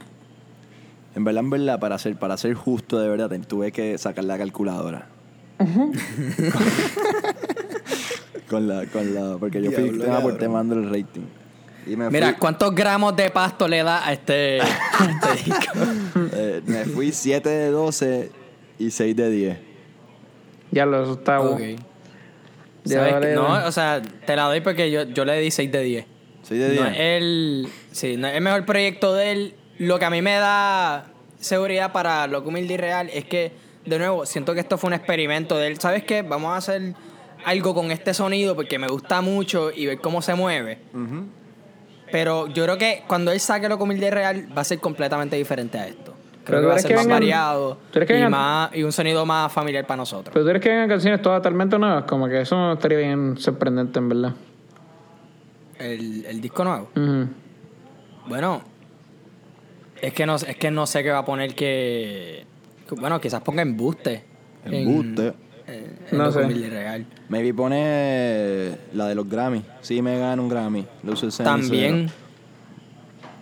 [SPEAKER 2] En verdad, en verdad, para ser, para ser justo de verdad, te- tuve que sacar la calculadora. *laughs* con la, con la. Porque yo fui tema por tema dando el rating. Y me
[SPEAKER 1] Mira,
[SPEAKER 2] fui,
[SPEAKER 1] ¿cuántos gramos de pasto le da a
[SPEAKER 3] *laughs*
[SPEAKER 1] este, a este disco?
[SPEAKER 2] eh, me fui 7 de 12 y 6 de 10.
[SPEAKER 3] Ya lo, eso está.
[SPEAKER 1] Ok.
[SPEAKER 3] Ya
[SPEAKER 1] ¿Sabes
[SPEAKER 3] vale,
[SPEAKER 1] qué?
[SPEAKER 3] vale.
[SPEAKER 1] No, o sea, te la doy porque yo, yo le di 6 de 10.
[SPEAKER 2] 6 de 10.
[SPEAKER 1] No es el, sí, no es el mejor proyecto de él. Lo que a mí me da seguridad para lo humilde y real es que, de nuevo, siento que esto fue un experimento de él. ¿Sabes qué? Vamos a hacer algo con este sonido porque me gusta mucho y ver cómo se mueve. Pero yo creo que cuando él saque lo humilde y real va a ser completamente diferente a esto. Creo
[SPEAKER 3] Pero
[SPEAKER 1] que
[SPEAKER 3] tú
[SPEAKER 1] va a
[SPEAKER 3] eres
[SPEAKER 1] ser
[SPEAKER 3] que
[SPEAKER 1] más
[SPEAKER 3] vengan-
[SPEAKER 1] variado
[SPEAKER 3] tú eres que
[SPEAKER 1] y,
[SPEAKER 3] vengan-
[SPEAKER 1] más, y un sonido más familiar para nosotros.
[SPEAKER 3] Pero tú eres que vengan canciones totalmente nuevas, como que eso estaría bien sorprendente, en verdad.
[SPEAKER 1] El, el disco nuevo.
[SPEAKER 3] Ujú.
[SPEAKER 1] Bueno, es que no, es que no sé qué va a poner que. que, Bueno, quizás ponga embuste. en-
[SPEAKER 2] Embuste.
[SPEAKER 1] en- en
[SPEAKER 3] No
[SPEAKER 1] lo
[SPEAKER 3] sé.
[SPEAKER 1] humilde y real.
[SPEAKER 2] Maybe pone la de los Grammy. Sí, me gana un Grammy. Lucy Sainz,
[SPEAKER 1] También.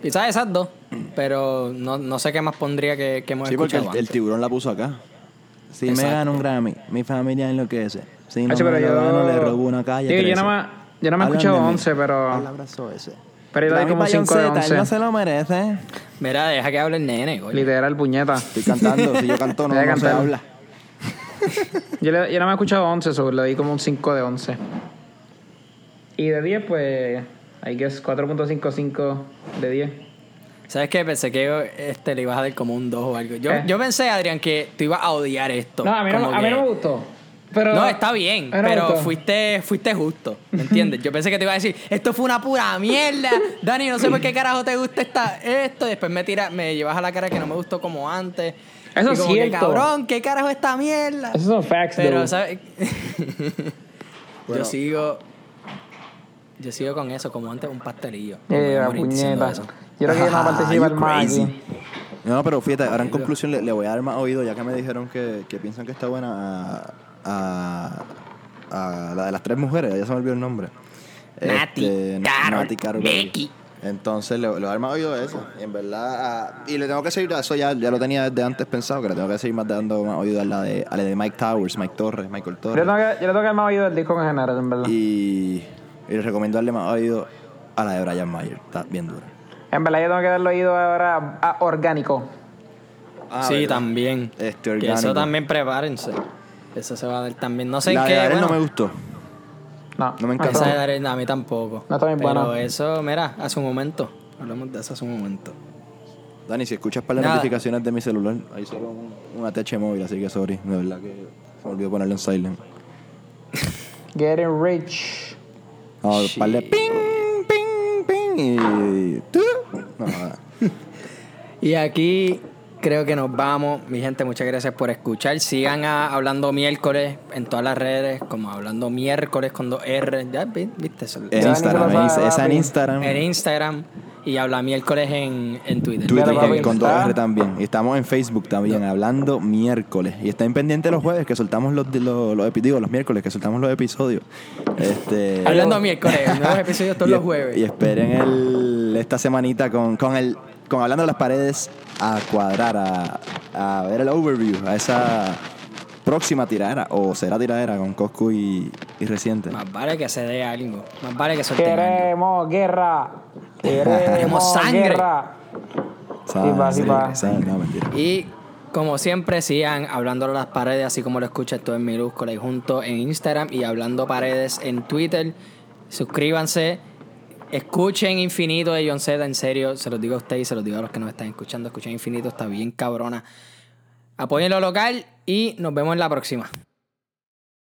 [SPEAKER 1] Quizás esas dos. Pero no, no sé qué más pondría que, que hemos
[SPEAKER 2] Sí, porque
[SPEAKER 1] escuchado.
[SPEAKER 2] el, el
[SPEAKER 1] antes.
[SPEAKER 2] tiburón la puso acá. Si
[SPEAKER 1] Exacto.
[SPEAKER 2] me gano un Grammy, mi familia enloquece. Si no
[SPEAKER 3] Hacho,
[SPEAKER 2] me
[SPEAKER 3] pero
[SPEAKER 2] lo
[SPEAKER 3] yo-
[SPEAKER 2] gano, le robo una calle.
[SPEAKER 3] Digo, yo
[SPEAKER 2] 13.
[SPEAKER 3] nada más, yo nada más he
[SPEAKER 2] Hablan
[SPEAKER 3] escuchado
[SPEAKER 2] de mí.
[SPEAKER 3] 11, pero.
[SPEAKER 2] Palabras ese.
[SPEAKER 3] Pero yo le doy como 5 de 11.
[SPEAKER 2] no se lo merece.
[SPEAKER 1] Mira, deja que hable el nene, coño.
[SPEAKER 3] Literal, puñeta.
[SPEAKER 2] Estoy cantando, si yo canto no,
[SPEAKER 3] Deja de
[SPEAKER 2] no se
[SPEAKER 3] cantar.
[SPEAKER 2] habla.
[SPEAKER 3] Yo, le, yo nada más he escuchado 11, sobre le di como un 5 de 11. Y de 10, pues, hay que es 4.55 de 10.
[SPEAKER 1] ¿Sabes qué? Pensé que este, le ibas a dar como un 2 o algo. Yo,
[SPEAKER 3] ¿Qué?
[SPEAKER 1] yo pensé, Adrián, que tú ibas a odiar esto.
[SPEAKER 3] Eh. No, a mí no,
[SPEAKER 1] Como
[SPEAKER 3] a mí no
[SPEAKER 1] que-
[SPEAKER 3] me gustó. Pero,
[SPEAKER 1] no, está bien,
[SPEAKER 3] a mí no me
[SPEAKER 1] pero
[SPEAKER 3] gustó.
[SPEAKER 1] fuiste, fuiste justo, ¿me entiendes? Yo pensé que te iba a decir, esto fue una pura mierda, Dani, no sé por qué carajo te gusta esta, esto, y después me tira, me llevas a la cara que no me gustó como antes.
[SPEAKER 3] Eso
[SPEAKER 1] Y
[SPEAKER 3] es
[SPEAKER 1] como que,
[SPEAKER 3] cierto.
[SPEAKER 1] Cabrón, ¿qué carajo esta mierda?
[SPEAKER 3] Esos son facts,
[SPEAKER 1] Pero,
[SPEAKER 3] dude.
[SPEAKER 1] ¿sabes? *laughs*
[SPEAKER 2] Bueno.
[SPEAKER 1] Yo sigo. Yo sigo con eso, como antes un pastelillo.
[SPEAKER 3] Eh, la
[SPEAKER 1] Voy a morir diciendo
[SPEAKER 3] puñeta.
[SPEAKER 1] eso.
[SPEAKER 3] Yo creo
[SPEAKER 1] *laughs*
[SPEAKER 3] que no participa el
[SPEAKER 2] You
[SPEAKER 3] más
[SPEAKER 2] crazy.
[SPEAKER 3] aquí.
[SPEAKER 2] No, no, pero fíjate, ahora en conclusión le, le voy a dar más oído, ya que me dijeron que, que piensan que está buena a, a, a la de las tres mujeres, ya se me olvidó el nombre. Este,
[SPEAKER 1] Nati,
[SPEAKER 2] no,
[SPEAKER 1] Carol,
[SPEAKER 2] Becky.
[SPEAKER 1] Becky.
[SPEAKER 2] Entonces le, le voy a dar más oído a eso. Y en verdad, a- y le tengo que seguir, eso ya, ya lo tenía desde antes pensado, que le tengo que seguir más dando más oído a la de, a la de Mike Towers, Mike Torres, Michael
[SPEAKER 3] Yo le
[SPEAKER 2] Torres.
[SPEAKER 3] tengo que, yo le tengo que más oído del disco en general, en verdad.
[SPEAKER 2] Y, y les recomiendo darle más oído a la de Brian Mayer, está bien dura.
[SPEAKER 3] En verdad yo tengo que darle oído ahora a, a Orgánico. Ah,
[SPEAKER 1] sí, también.
[SPEAKER 2] Ah, Este,
[SPEAKER 1] Que
[SPEAKER 2] orgánico.
[SPEAKER 1] eso también prepárense. Eso se va a dar también. No sé
[SPEAKER 2] la
[SPEAKER 1] en
[SPEAKER 2] de
[SPEAKER 1] qué.
[SPEAKER 2] Adele
[SPEAKER 1] bueno,
[SPEAKER 2] no me gustó.
[SPEAKER 3] No,
[SPEAKER 2] No me encanta.
[SPEAKER 1] Esa
[SPEAKER 3] está.
[SPEAKER 1] de Darel, a mí tampoco.
[SPEAKER 3] No está bien
[SPEAKER 1] Pero
[SPEAKER 3] buena.
[SPEAKER 1] eso, mira, hace un momento. Hablamos de eso hace un momento.
[SPEAKER 2] Dani, si escuchas para las
[SPEAKER 1] Nada.
[SPEAKER 2] notificaciones de mi celular, hay solo un- una TH móvil, así que sorry, de verdad que se me olvidó ponerlo en silent.
[SPEAKER 3] Getting Rich.
[SPEAKER 2] No, un par de ping, ping, ping y... tú. No, nada.
[SPEAKER 1] Y aquí creo que nos vamos. Mi gente, muchas gracias por escuchar. Sigan a Hablando Miércoles en todas las redes, como Hablando Miércoles con dos R. Ya vi- viste eso.
[SPEAKER 2] En
[SPEAKER 3] Ya,
[SPEAKER 2] Instagram,
[SPEAKER 3] ni se lo
[SPEAKER 2] en-
[SPEAKER 3] sabe,
[SPEAKER 2] esa en
[SPEAKER 3] papi.
[SPEAKER 2] Instagram.
[SPEAKER 1] En Instagram y Habla Miércoles en, en Twitter.
[SPEAKER 2] Twitter
[SPEAKER 3] Mira, papi,
[SPEAKER 2] con dos
[SPEAKER 3] está.
[SPEAKER 2] R también. Y estamos en Facebook también, hablando miércoles. Y estén pendientes los jueves que soltamos los, los, los epi- digo, los miércoles que soltamos los episodios. Este,
[SPEAKER 1] Hablando Miércoles, nuevos episodios todos
[SPEAKER 2] *laughs* Y-
[SPEAKER 1] los jueves.
[SPEAKER 2] Y esperen el, esta semanita con, con el con hablando de las paredes a cuadrar, a, a ver el overview, a esa próxima tiradera, o será tiradera con Coscu y, y reciente.
[SPEAKER 1] Más vale que se dé algo. Más vale que suelten algo.
[SPEAKER 3] Queremos guerra. Queremos
[SPEAKER 1] sangre.
[SPEAKER 3] guerra.
[SPEAKER 2] Sabe,
[SPEAKER 3] sí, va, sí, va.
[SPEAKER 2] sabe, no, mentira.
[SPEAKER 1] Y como siempre, sigan hablando a las paredes, así como lo escuchas tú en minúscula y junto en Instagram y hablando paredes en Twitter. Suscríbanse. Escuchen Infinito de John Z, en serio, se los digo a ustedes y se los digo a los que nos están escuchando. Escuchen Infinito, está bien cabrona. Apoyen lo local y nos vemos en la próxima.